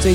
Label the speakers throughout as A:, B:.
A: 最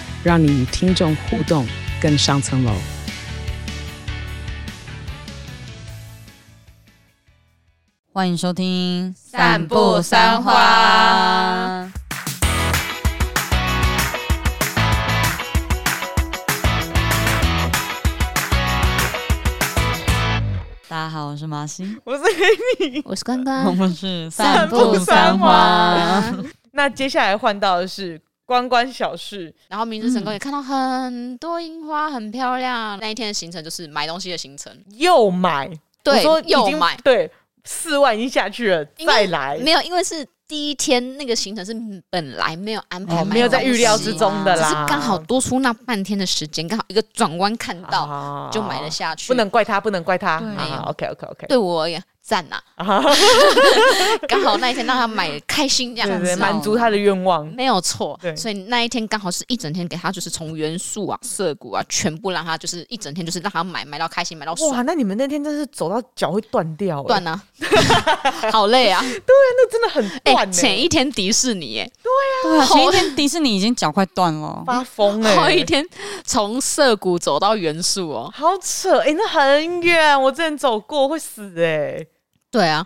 A: 让你与听众互动更上层楼。
B: 欢迎收听《
C: 散步三花》。
B: 大家好，我是马欣，
C: 我是黑米，
D: 我是关
B: 我
D: 关，
B: 们是
C: 嗯散步三呃
B: 花。
D: 花。
C: 那接下来换到的是关关小事，
D: 然后明日
C: 嗯
D: 成功也看到很多樱花，很漂亮。那一天的行程就是买东西的行程，
C: 又买，
D: 对
C: 我说，已
D: 又
C: 经
D: 买，
C: 对，四万已经下去了，
D: 因为
C: 再来，
D: 没有，因为是第一天那个行程是本来没有安排买
C: 哦
D: 东西，
C: 没有在预料之中的
D: 只
C: 啦，
D: 是刚好多出那半天的时间，刚好一个转弯看到
C: 啊
D: 就买了，下去，
C: 不能怪他，不能怪他，
B: 对
C: 啊，OK OK OK，
D: 对我而言赞呐，
C: 啊
D: 刚好那一天让他买开心这
C: 对
D: 样
C: 对，
D: 子，啊哦
C: 满足他的愿望，
D: 没有错
C: 对，
D: 所以那一天刚好是一整天给他，就是从元素啊、涩谷啊，全部让他就是一整天，就是让他买买到开心，买到
C: 哇，
D: 爽。
C: 那你们那天真是走到脚会断掉欸，
D: 断啊， 好累啊！
C: 那真的很
D: 哎、
C: 断欸，
D: 前一天迪士尼、耶，
B: 对啊，前一天迪士尼已经脚快断了，
C: 发疯
D: 哎，后
C: 哎
D: 一。天从涩谷走到元素哦。
C: 好扯哎、那很远，我之前走过会死哎、
D: 对啊，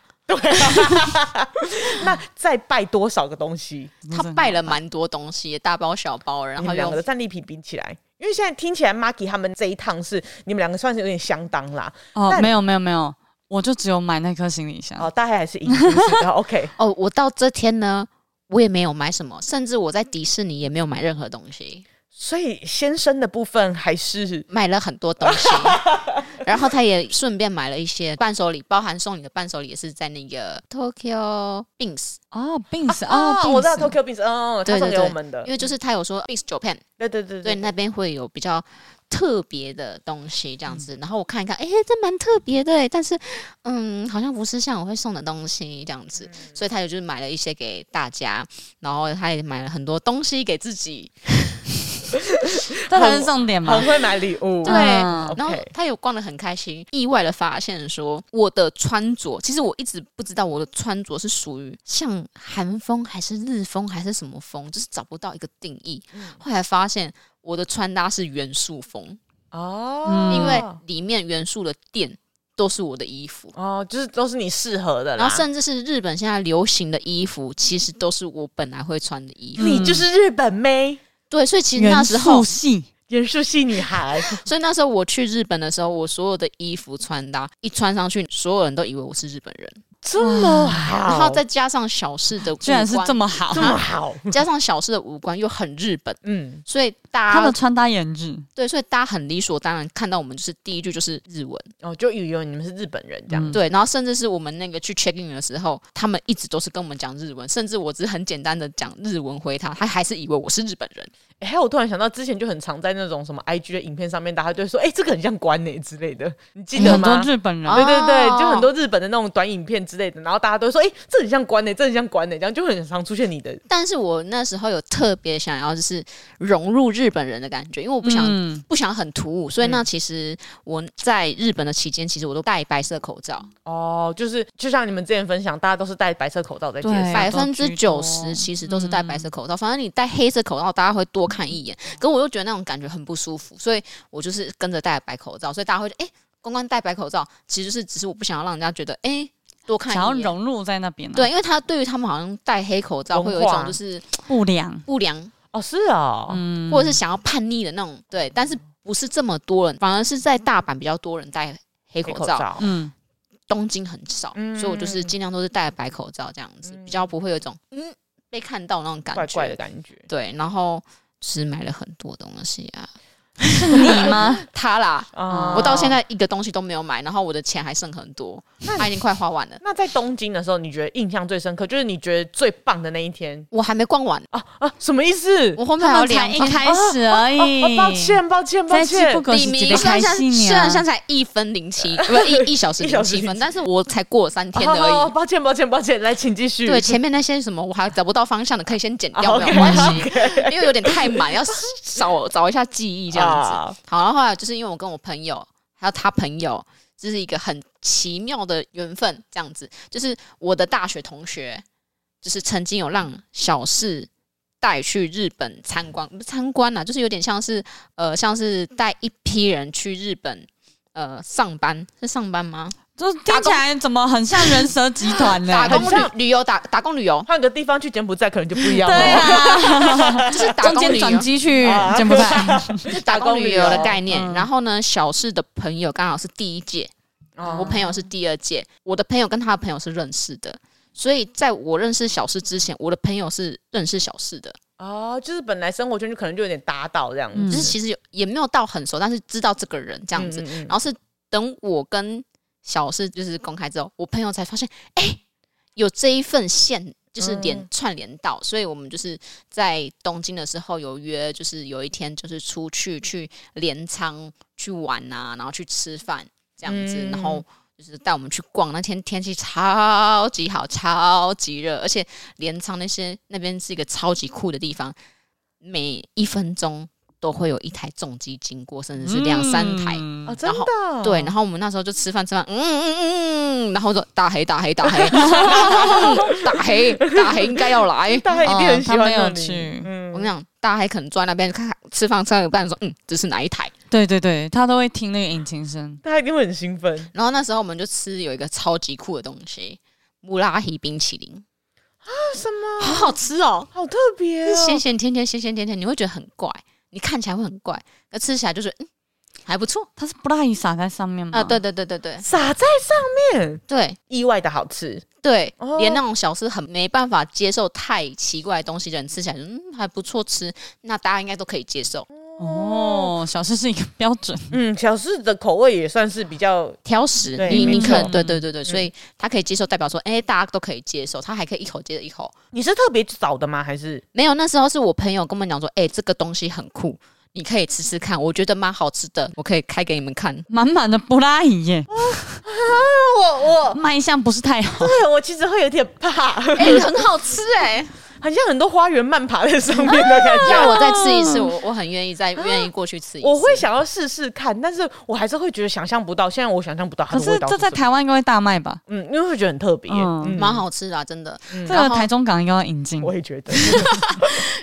C: 那再拜多少个东西？
D: 他拜了蛮多东西，大包小包，然
C: 你
D: 后
C: 们两个的
D: 又
C: 战利品比起来，因为现在听起来 Marky 他们这一趟是你们两个算是有点相当啦，
B: 哦，
C: 但
B: 没有没有没有，我就只有买那颗行李
D: 嗯
B: 箱。
C: 哦，大概还是赢，是不是 然后 OK，
D: 哦，我到这天呢，我也没有买什么，甚至我在迪士尼也没有买任何东西，
C: 所以先生的部分还是
D: 买了很多东西， 然后他也顺便买了一些伴手礼，包含送你的伴手礼也是在那个 Tokyo Bings，
B: 哦，Beans 哦，Beans，
C: 啊我知道 Tokyo Beans，嗯，嗯他
D: 对对
C: 送给
D: 对
C: 我们的，
D: 因为就是他有说 Bings Japan，
C: 对对对
D: 对，
C: 对，
D: 那边会有比较特别的东西这样子。然后我看一看，诶，这蛮特别的诶，但是嗯，好像不是像我会送的东西这样子，所以他也就是买了一些给大家，然后他也买了很多东西给自己，
B: 这才是重点嘛。
C: 很会买礼物
D: 对，，
B: 嗯
D: 然后
C: OK
D: 他有逛得很开心，意外的发现说我的穿着，其实我一直不知道我的穿着是属于像韩风还是日风还是什么风，就是找不到一个定义。
C: 嗯
D: 后来发现我的穿搭是元素风，
C: 哦，
D: 因为里面元素的店都是我的衣服。
C: 哦，就是都是你适合的啦，
D: 然后甚至是日本现在流行的衣服，其实都是我本来会穿的衣服。
C: 你就是日本妹，
D: 对，所以其实那
B: 元
D: 时
B: 素，
D: 候
B: 系，
C: 严肃系女 孩，
D: 所以那时候我去日本的时候，我所有的衣服穿搭一穿上去，所有人都以为我是日本人。
C: 这么好，
D: 然后再加上小四的五官，
B: 居然是这么好
C: 这，么好，
D: 加上小四的五官又很日本，
C: 嗯，
D: 所以大
B: 他
D: 家
B: 的穿搭颜值，
D: 对，所以大家很理所当然看到我们就是第一句就是日文，
C: 哦，就以为你们是日本人这样，
B: 嗯
D: 对，然后甚至是我们那个去 check in 的时候，他们一直都是跟我们讲日文，甚至我只是很简单的讲日文回他，他还是以为我是日本人。
C: 哎、还有我突然想到，之前就很常在那种什么 IG 的影片上面，大家就会说，哎、这个很像关呢、之类的，你记得
B: 很
C: 吗？
B: 多日本人
D: 啊
C: 对对对，
D: 哦
C: 就很多日本的那种短影片之类的，然后大家都会说，哎、这很像关呢、这很像关呢、这样就很常出现你的
D: 但是我那时候有特别想要就是融入日本人的感觉，因为我不想、
B: 嗯
D: 不想很突兀，所以那其实我在日本的期间，其实我都戴白色口罩。
C: 哦，就是就像你们之前分享，大家都是戴白色口罩在街
B: 对
C: 上，
D: 百
B: 都
D: 分之
B: 居
D: 九
B: 多
D: 十其实都是戴白色口罩，反正你戴黑色口罩，大家会多看一眼。可我又觉得那种感觉很不舒服，所以我就是跟着戴白口罩，所以大家会觉得，哎、光光戴白口罩，其实就是只是我不想要让人家觉得，哎、多看
B: 想要
D: 一眼。
B: 融入在那边啊，
D: 对，因为他对于他们好像戴黑口罩会有一
C: 文
D: 种
C: 化
D: 就是
B: 不良，
D: 不良，
C: 哦，是哦，
B: 嗯
D: 或者是想要叛逆的那种，对，但是不是这么多人，反而是在大阪比较多人戴黑
C: 黑
D: 口
C: 口
D: 罩，
C: 罩，
B: 嗯，
D: 东京很少，
C: 嗯
D: 所以我就是尽量都是戴白口罩这样子，比较不会有一种嗯被看到那种感觉。
C: 怪怪的感觉。
D: 对，然后是买了很多东西啊，
B: 是你吗？
D: 他啦，
C: 啊
D: 我到现在一个东西都没有买，然后我的钱还剩很多，他已经快花完了。
C: 那在东京的时候，你觉得印象最深刻，就是你觉得最棒的那一天
D: 我还没逛完，
C: 啊？什么意思？
D: 我后面还
B: 他
D: 有
B: 们才
D: 两
B: 一
D: 天。
B: 开始而已。
C: 哦抱，歉，抱歉，抱
B: 在一起
C: 歉
B: 不。可
D: 李
B: 是几
D: 明
B: 个
D: 虽然
B: 开
D: 像
B: 心
D: 虽然像才一分零 七，不是一一小时
C: 一小
D: 零
C: 时
D: 七
C: 零
D: 分
C: 七，
D: 但是我才过了三天而
C: 哦
D: 已。
C: 抱歉，抱歉，抱歉，来，请继续。
D: 对，前面那些什么我还找不到方向的，可以先剪掉，没有
C: OK，
D: 关 系，因为有点太满，要 找找一下记忆这样子。
C: 啊
D: 好，然后后来就是因为我跟我朋友还有他朋友，这是一个很奇妙的缘分，这样子，就是我的大学同学，就是曾经有让小四带去日本参观，不是参观啦、就是有点像是呃，像是带一批人去日本。呃，上班是上班吗？
B: 就听起来怎么很像人蛇集团呢？
D: 打工
C: 很
D: 旅
C: 像
D: 旅游打打工旅游，
C: 换个地方去柬埔寨可能就不一样了。
B: 对啊，
D: 就是打
B: 中
D: 工旅
B: 间
D: 游
B: 转，机去
C: 啊
B: 柬埔寨，
D: 就是打工旅游的概念。
B: 嗯
D: 然后呢，小四的朋友刚好是第一届，
C: 哦
D: 啊我朋友是第二届，我的朋友跟他的朋友是认识的，所以在我认识小四之前，我的朋友是认识小四的，
C: 哦，就是本来生活圈就可能就有点搭到这样子，
B: 嗯
D: 就是其实有也没有到很熟，但是知道这个人这样子。
C: 嗯。嗯嗯
D: 然后是等我跟小四就是公开之后，我朋友才发现，哎、有这一份线。就是连
C: 嗯
D: 串联到，所以我们就是在东京的时候有约，就是有一天就是出
C: 嗯
D: 去去镰仓去玩啊，然后去吃饭这样子，
C: 嗯
D: 然后就是带我们去逛。那天天气超级好，超级热，而且镰仓那些那边是一个超级酷的地方，每一分钟都会有一台重机经过，甚至是两三台。
B: 嗯
C: 哦，真的哦
D: 对，然后我们那时候就吃饭吃饭，嗯嗯嗯嗯，然后就打黑打黑打 黑，嗯打黑打黑应该要来。
C: 大家一定很喜欢
B: 哦他没有
C: 那里
B: 去
D: 我
C: 嗯
D: 跟你讲，大黑可能坐在那边看吃饭吃到一半说，嗯，这是哪一台？
B: 对对对，他都会听那个引擎声。
C: 大家一定会很兴奋
D: 然后那时候我们就吃有一个超级酷的东西，穆拉希冰淇淋，
C: 啊！什么？
D: 好好吃哦，
C: 好特别
D: 是
C: 哦！
D: 咸咸甜甜咸咸甜甜，你会觉得很怪，你看起来会很怪，可吃起来就是嗯还不错
B: 他是不让你撒在上面吗？
C: 嗯
D: 啊，对对对对对
C: 撒在上面，
D: 对。
C: 意外的好吃
D: 对
C: 哦，
D: 连那种小吃很没办法接受太奇怪的东西的人，吃起来就嗯还不错吃，那大家应该都可以接受。
B: 哦，小四是一个标准，
C: 嗯，小四的口味也算是比较
D: 挑食，
C: 对
D: 你
C: 没
D: 你
C: 错嗯
D: 可对对对对，所以他可以接受，代表说，哎、大家都可以接受，他还可以一口接着一口。
C: 你是特别找的吗？还是
D: 没有，那时候是我朋友跟我们讲说，哎、这个东西很酷，你可以吃吃看，我觉得蛮好吃的，我可以开给你们 看。
B: 满满的布拉伊 耶，
D: 啊
C: 我我
B: 卖相不是太好。
C: 对我其实会有点怕，
D: 哎、很好吃哎、
C: 很像很多花园慢爬在上面的感
D: 啊
C: 觉。
D: 让我再吃一 次，我我很愿意再愿意过去吃一次。
C: 我会想要试试看，但是我还是会觉得想象不到。现在我想象不到它
B: 可
C: 的味
B: 是
C: 道
B: 这在
C: 什么
B: 台湾应该会大卖吧？
C: 嗯，因为会觉得很特别，
B: 嗯
C: 嗯，
D: 蛮好吃的、啊，真的。
B: 这
D: 然
B: 个
D: 后
B: 台中港应该要引进
C: 我。也觉得。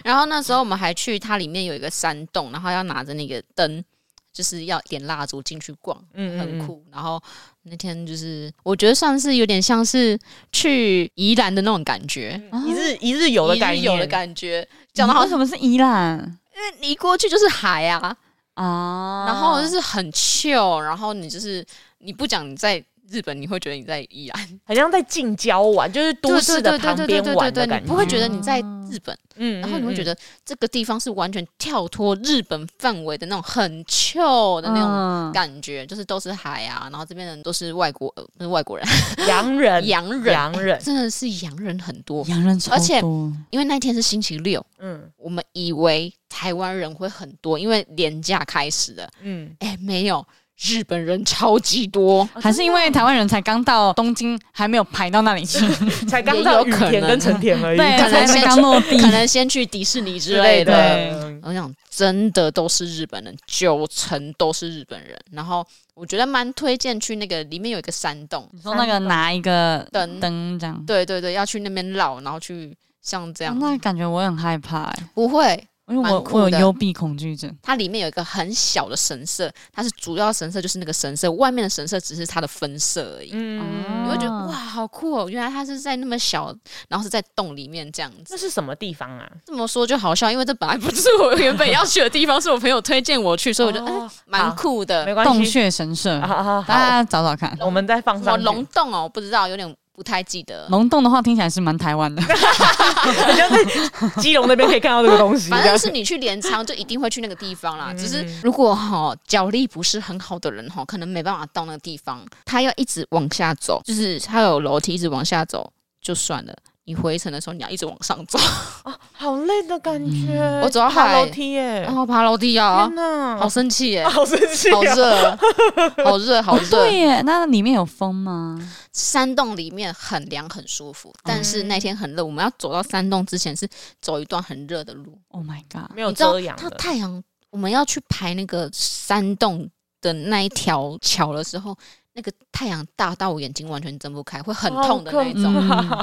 D: 然后那时候我们还去它里面有一个山洞，然后要拿着那个灯，就是要点蜡烛进去逛，
C: 嗯嗯
D: 很酷。然后那天就是我觉得算是有点像是去宜兰的那种感觉，
C: 一日一日嗯游的嗯感
D: 宜
C: 觉，
D: 啊日有的感觉。讲的好
B: 为
D: 像
B: 什么是宜兰
D: 你一过去就是海啊，
C: 嗯
B: 啊？
D: 然后就是很 chill，然后你就是你不讲你在日本，你会觉得你在宜兰
C: 很像在近郊玩，就是都市的旁边玩的感
D: 你不会觉
C: 得，
D: 得你在日本。
C: 嗯
D: 然后你会觉
C: 得
D: 得这个地方是完全跳脱日本范围的那种很 chill 的那
C: 嗯
D: 种
B: 种
D: 感觉，就是都是海啊，然后这边人都是外国，呃、不是外国人，
C: 嗯洋人，
D: 洋人，哎
C: 洋人，
D: 真的是洋人很多。
B: 洋人超多，
D: 而且因为那天是星期六，
C: 嗯
D: 我们以为台湾人会很多，因为廉假开始了，
C: 嗯，
D: 哎，没有，日本人超级 多，
B: 还是因为台湾人才刚到东京，还没有排到那里 去，
C: 才刚到
D: 也
C: 雨
D: 有可
C: 田
D: 能
C: 跟成田而已，
B: 对，
D: 可
B: 才
D: 能先
B: 刚落地
D: 可能先去迪士尼之
C: 之
D: 类
C: 类
D: 的。
C: 的
B: 对。
D: 我想真的都是日本人，九成都是日本人。然后我觉得蛮推荐去那个里面有一个山洞，
B: 你说那个拿一个
D: 灯
B: 灯这样，哦
D: 对对对，要去那边绕，然后去像这样，
C: 哦
B: 那感觉我很害怕哎，
D: 不会。
B: 因为我
D: 蛮酷
B: 我有
D: 的
B: 幽闭恐惧症。
D: 它里面有一个很小的神社，它是主要神社就是那个神社，外面的神社只是它的分社而已。
C: 嗯，
D: 你
B: 哦
D: 会觉得哇，好酷哦！原来它是在那么小，然后是在洞里面这样子。
C: 这是什么地方啊？
D: 这么说就好笑，因为这本来不是我原本要去的地方，是我朋友推荐我去，所以我觉得嗯
C: 哦
D: 蛮
C: 好
D: 酷的。
C: 没关
B: 洞
C: 系
B: 穴神社
C: 啊，，好好
B: 大家找找看。
C: 我们再放
D: 什么
C: 上去
D: 龙洞哦，我不知道，有点不太记得。
B: 龙洞的话听起来是蛮台湾的，
C: 好像在基隆那边可以看到这个东 西。
D: 反
C: 这
D: 正
C: 样
D: 是你去镰仓就一定会去那个地方啦。只是如果哈、脚力不是很好的人哈、可能没办法到那个地方，他要一直往下走，就是他有楼梯一直往下走就算了。你回程的时候，你要一直往上走，
C: 好累的感觉。
D: 嗯我走到后
C: 爬
D: 来
C: 楼梯耶
D: 然，后爬楼梯啊
C: 天，哪，
D: 好生气耶、
C: 好生气啊，
D: 好热，好热，
C: 哦
D: 好热
B: 哦对。耶，那里面有风吗？
D: 山洞里面很凉很舒服，但是那天很热，我们要走到山洞之前是走一段很热的路，
B: Oh my god！
C: 没有
D: 你知道
C: 遮阳
D: 它
C: 的。
D: 太阳，我们要去排那个山洞的那一条桥的时候，那个太阳大到我眼睛完全睁不开，会很痛的那
C: 嗯
D: 一种。
B: 好可怕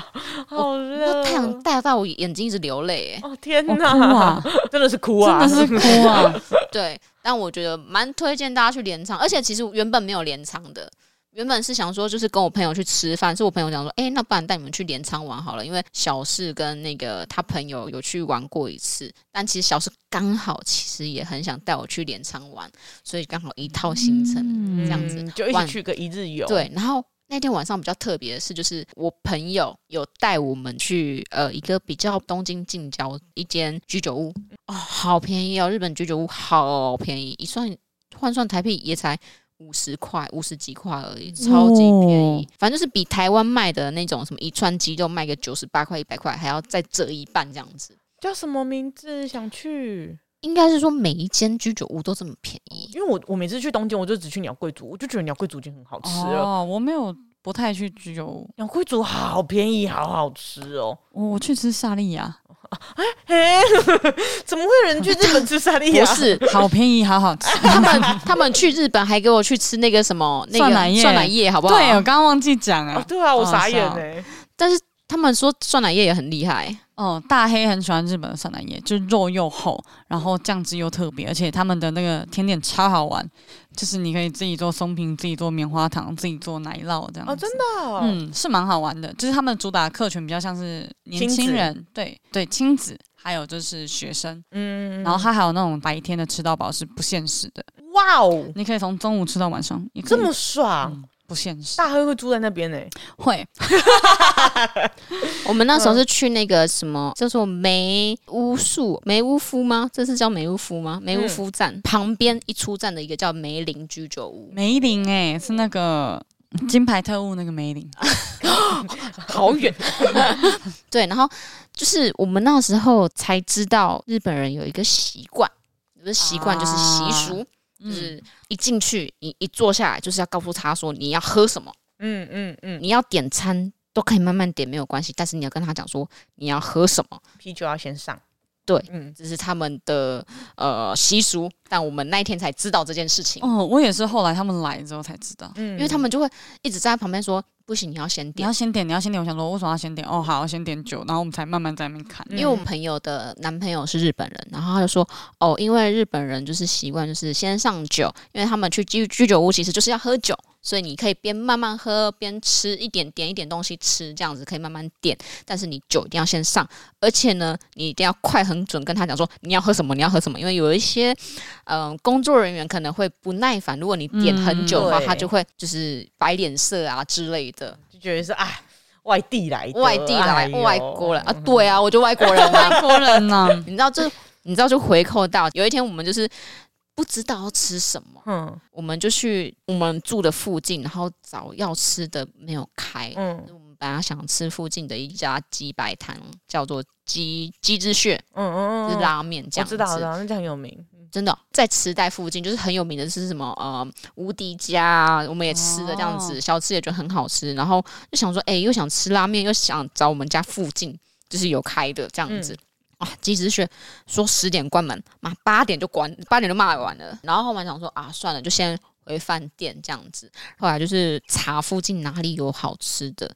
C: 好
D: 那
C: 热，
D: 太阳大到我眼睛一直流泪、欸，
C: 哦天
B: 我哭
C: 哪
B: 啊，，
C: 真的是哭
B: 真
C: 啊，
B: 的是 哭啊！
D: 对，但我觉得蛮推荐大家去镰仓，而且其实原本没有镰仓的，原本是想说就是跟我朋友去吃饭，是我朋友讲说，哎、那不然带你们去镰仓玩好了，因为小四跟那个他朋友有去玩过一次，但其实小四刚好其实也很想带我去镰仓玩，所以刚好一套行程、
B: 嗯
D: 这样子
C: 嗯，就一起
D: 晚
C: 去个一日游。
D: 对，然后那天晚上比较特别的是，就是我朋友有带我们去呃一个比较东京近郊一间居酒屋，哦，好便宜哦，日本居酒屋好便宜，一算换算台币也才。五十块，五十几块而已，超级便宜。
B: 哦
D: 反正就是比台湾卖的那种什么一串鸡肉卖个九十八块、一百块，还要再折一半这样子。
C: 叫什么名字？想去？
D: 应该是说每一间居酒屋都这么便宜，
C: 因为我我每次去东京，我就只去鸟贵族，我就觉得鸟贵族已经很好吃了。
B: 哦，我没有不太去居酒屋，
C: 鸟贵族好便宜，好好吃哦！
B: 我我去吃萨莉亚，
C: 嘿，怎么会有人去日本吃沙利
D: 不
B: 啊
C: 亚？
D: 是
B: 好便宜，好好 吃。
D: 他们他们去日本还给我去吃那个什么那个
B: 酸奶叶
D: 酸奶叶，好不好？
B: 对，我刚刚忘记讲
C: 哦
B: 啊，。
C: 对啊，我
B: 哦
C: 傻
B: 是
C: 眼
B: 哦
C: 哎！
D: 但是他们说酸奶液也很厉害，
B: 哦，大黑很喜欢日本的酸奶叶，就是肉又厚，然后酱汁又特别，而且他们的那个甜点超好玩，就是你可以自己做松饼，自己做棉花糖，自己做奶酪这样子。
C: 哦，真的哦，
B: 嗯，是蛮好玩的，就是他们主打的客群比较像是年
C: 亲
B: 轻
C: 子
B: 人，对对，亲子，还有就是学生，
C: 嗯
B: 然后他还有那种白天的吃到饱是不限时的，
C: 哇哦，
B: 你可以从中午吃到晚上，也可
C: 这
B: 以
C: 么爽！
B: 嗯不限时，
C: 大黑会住在那边呢，欸
B: 会
D: 我们那时候是去那个什么叫做梅屋树梅屋夫吗？这是叫梅屋夫吗？梅屋夫站、旁边一出站的一个叫梅林居酒屋，
B: 梅林哎、是那个
C: 嗯
B: 金牌特务那个梅
C: 啊
B: 林，
C: 好远。
D: 对，然后就是我们那时候才知道日本人有一个习惯，有个习惯就是习俗，就
B: 嗯，
D: 是一进去你一坐下来就是要告诉他说你要喝什么，
C: 嗯嗯嗯，
D: 你要点餐都可以慢慢点没有关系，但是你要跟他讲说你要喝什么。
C: 啤酒要先上。
D: 对
C: 嗯，
D: 这是他们的呃习俗，但我们那一天才知道这件事情，
B: 哦，我也是后来他们来之后才知道。
C: 嗯
D: 因为他们就会一直在旁边说不行，你要先
B: 你
D: 点
B: 要。先点，你要先点。我想说，为什么要先点？哦，好，先点酒，然后我们才慢慢在那边看。
C: 嗯
D: 因为我朋友的男朋友是日本人，然后他就说哦，因为日本人就是习惯就是先上酒，因为他们去居居酒屋其实就是要喝酒，所以你可以边慢慢喝边吃一点点一点东西吃，这样子可以慢慢点，但是你酒一定要先上，而且呢，你一定要快很准跟他讲说你要喝什么，你要喝什么，因为有一些嗯、呃工作人员可能会不耐烦，如果你点很久的话，
C: 嗯对
D: 他就会就是摆脸色啊之类的。
C: 就觉得是哎，外地来的，
D: 外地来、
C: 哎呦
D: 外国人啊，对啊，我就外国人啊，
B: 外 国人呢、
D: 你知道就你知道就回扣到有一天我们就是不知道要吃什么，
C: 嗯
D: 我们就去我们住的附近，然后找要吃的没有开。
C: 嗯
D: 我们本来想吃附近的一家鸡白摊，叫做鸡鸡之穴，
C: 嗯嗯，
D: 就是
C: 嗯，
D: 拉面这
C: 我
D: 样子。
C: 知道，知道，那这样有名。
D: 真的在池袋附近，就是很有名的是什么呃无敌家啊，我们也吃的这样子，小吃也觉得很好吃，然后就想说，哎、又想吃拉面，又想找我们家附近就是有开的这样子。啊，鸡之穴说十点关门，妈八点就关，八点就卖完了。然后后面想说啊，算了，就先回饭店这样子。后来就是查附近哪里有好吃的，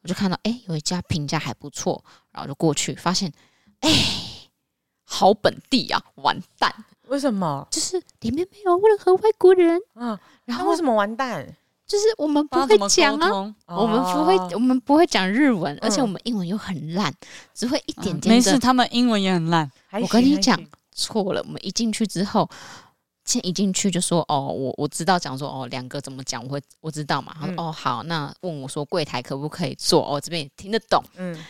D: 我就看到哎、有一家评价还不错，然后就过去，发现哎、好本地啊，完蛋！
C: 为什么
D: 就是里面没有任何外国人，
B: 嗯
C: 啊？
D: 然
C: 那
D: 后
C: 为什么完蛋？
D: 就是我们
B: 不知道
D: 不
B: 怎
D: 会
B: 么
D: 讲
B: 沟
D: 啊，
B: 通。
D: 我们不会，
C: 哦
D: 我们不会讲日文，而且
C: 嗯
D: 我们英文又很烂，只会一点
B: 嗯
D: 点
B: 没
D: 的
B: 事，。他们英文也很烂。
C: 还
D: 我跟你
C: 行还
D: 讲
C: 行
D: 错了，我们一进去之后，先一进去就说哦，我我知道讲说哦，两个怎么讲，我会我知道嘛。他说、
C: 嗯
D: 哦好，那问我说柜台可不可以做？哦这边也听得懂，
C: 嗯，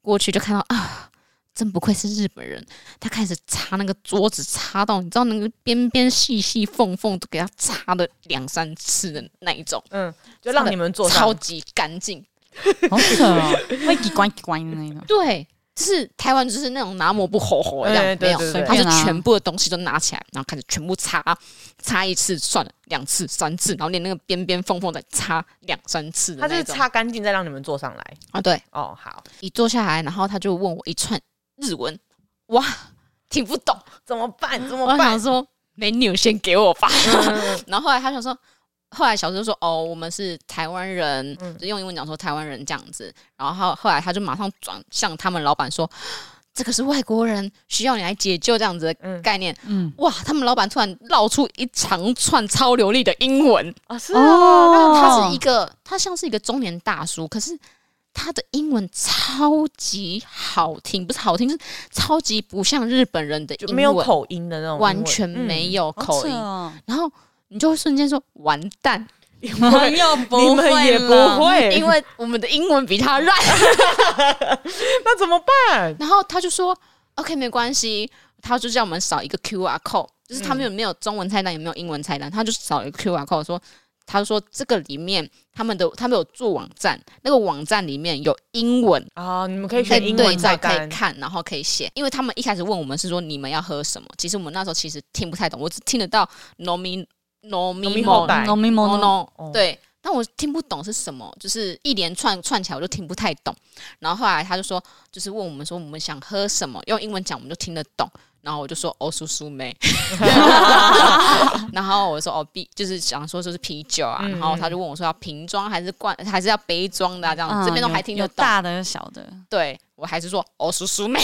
D: 过去就看到啊，真不愧是日本人，他开始擦那个桌子，擦到你知道那个边边细细缝缝都给他擦了两三次的那一种，
C: 嗯就让你们做
D: 超
C: 到
D: 级干净。
B: 好扯哦，会叽呱叽呱的那种。
D: 对，就是台湾就是那种拿抹布吼吼的这样，
C: 哎对
D: 没有，
C: 对
D: 他
B: 对
D: 就
B: 对啊
D: 全部的东西都拿起来，然后开始全部擦，擦一次算了，两次、三次，然后连那个边边缝缝再擦两三次的
C: 他就
D: 那
C: 是
D: 种。
C: 擦干净再让你们坐上来。
D: 啊，对，
C: 哦，好，
D: 一坐下来，然后他就问我一串日文，哇，听不懂，
C: 怎么办？怎么
D: 我
C: 办
D: 想？说美女先给我吧。
C: 嗯
D: 然后后来他想说，后来小时候说哦，我们是台湾人，
C: 嗯
D: 就用英文讲说台湾人这样子。然后后后来他就马上转向他们老板说， 这个是外国人，需要你来解救这样子的
C: 嗯
D: 概念。
B: 嗯，
D: 哇，他们老板突然绕出一长串超流利的英文，
C: 啊，是
B: 哦
D: 他是一个他像是一个中年大叔，可是。他的英文超级好听，不是好听，是超级不像日本人的英
C: 就
D: 文，
C: 没有口音的那种英文，嗯
D: 完全没有
B: 好
D: 口
B: 扯
D: 音。
B: 哦，
D: 然后你就会瞬间说完蛋，
C: 嗯。
B: 朋友不会
C: 你们也不
B: 啦
C: 会，
D: 因为我们的英文比 他烂。
C: 那怎么办？
D: 然后他就说 OK 没关系，他就叫我们扫一个 QR code，就是他们有没有中文菜单，有没有英文菜单，他就扫一个 QR code 说。他说：“这个里面他们的他们有做网站，那个网站里面有英文，
C: 啊，你们可以
D: 可
C: 选
D: 以
C: 英
D: 哎对
C: 文
D: 照
C: 菜
D: 可以
C: 单，
D: 看，然后可以写。因为他们一开始问我们是说你们要喝什么，其实我们那时候其实听不太懂，我只听得到 nomi nomi
C: 后代
B: No me no
D: no
B: no，
D: no，、
C: 哦
D: 对，但我听不懂是什么，就是一连串串起来我就听不太懂。然后后来他就说，就是问我们说我们想喝什么，用英文讲我们就听得懂。然后我就说哦，叔叔妹，然后我说哦，啤就是想说就是啤酒啊。
C: 嗯
D: 然后他就问我说要瓶装还是罐，还是要杯装的、啊、这样子，
B: 嗯
D: 这边都
B: 有
D: 还听得
B: 有
D: 懂。
B: 大的有小的，
D: 对我还是说哦，叔叔妹。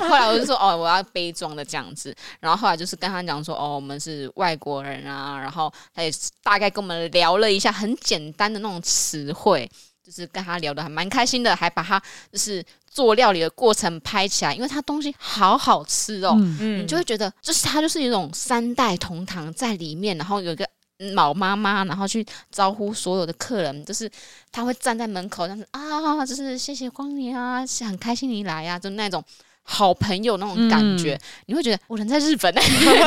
D: 后来我就说哦，我要杯装的这样子。然后后来就是跟他讲说哦，我们是外国人啊。然后他也是大概跟我们聊了一下很简单的那种词汇，就是跟他聊的还蛮开心的，还把他就是做料理的过程拍起来，因为他东西好好吃哦。
B: 嗯，
C: 嗯
D: 你就会觉得，就是他就是一种三代同堂在里面，然后有一个老妈妈，然后去招呼所有的客人，就是他会站在门口，这样子啊，就是谢谢光临啊，是很开心你来呀、啊，就那种好朋友那种感觉，
C: 嗯
D: 你会觉得我人在日本、欸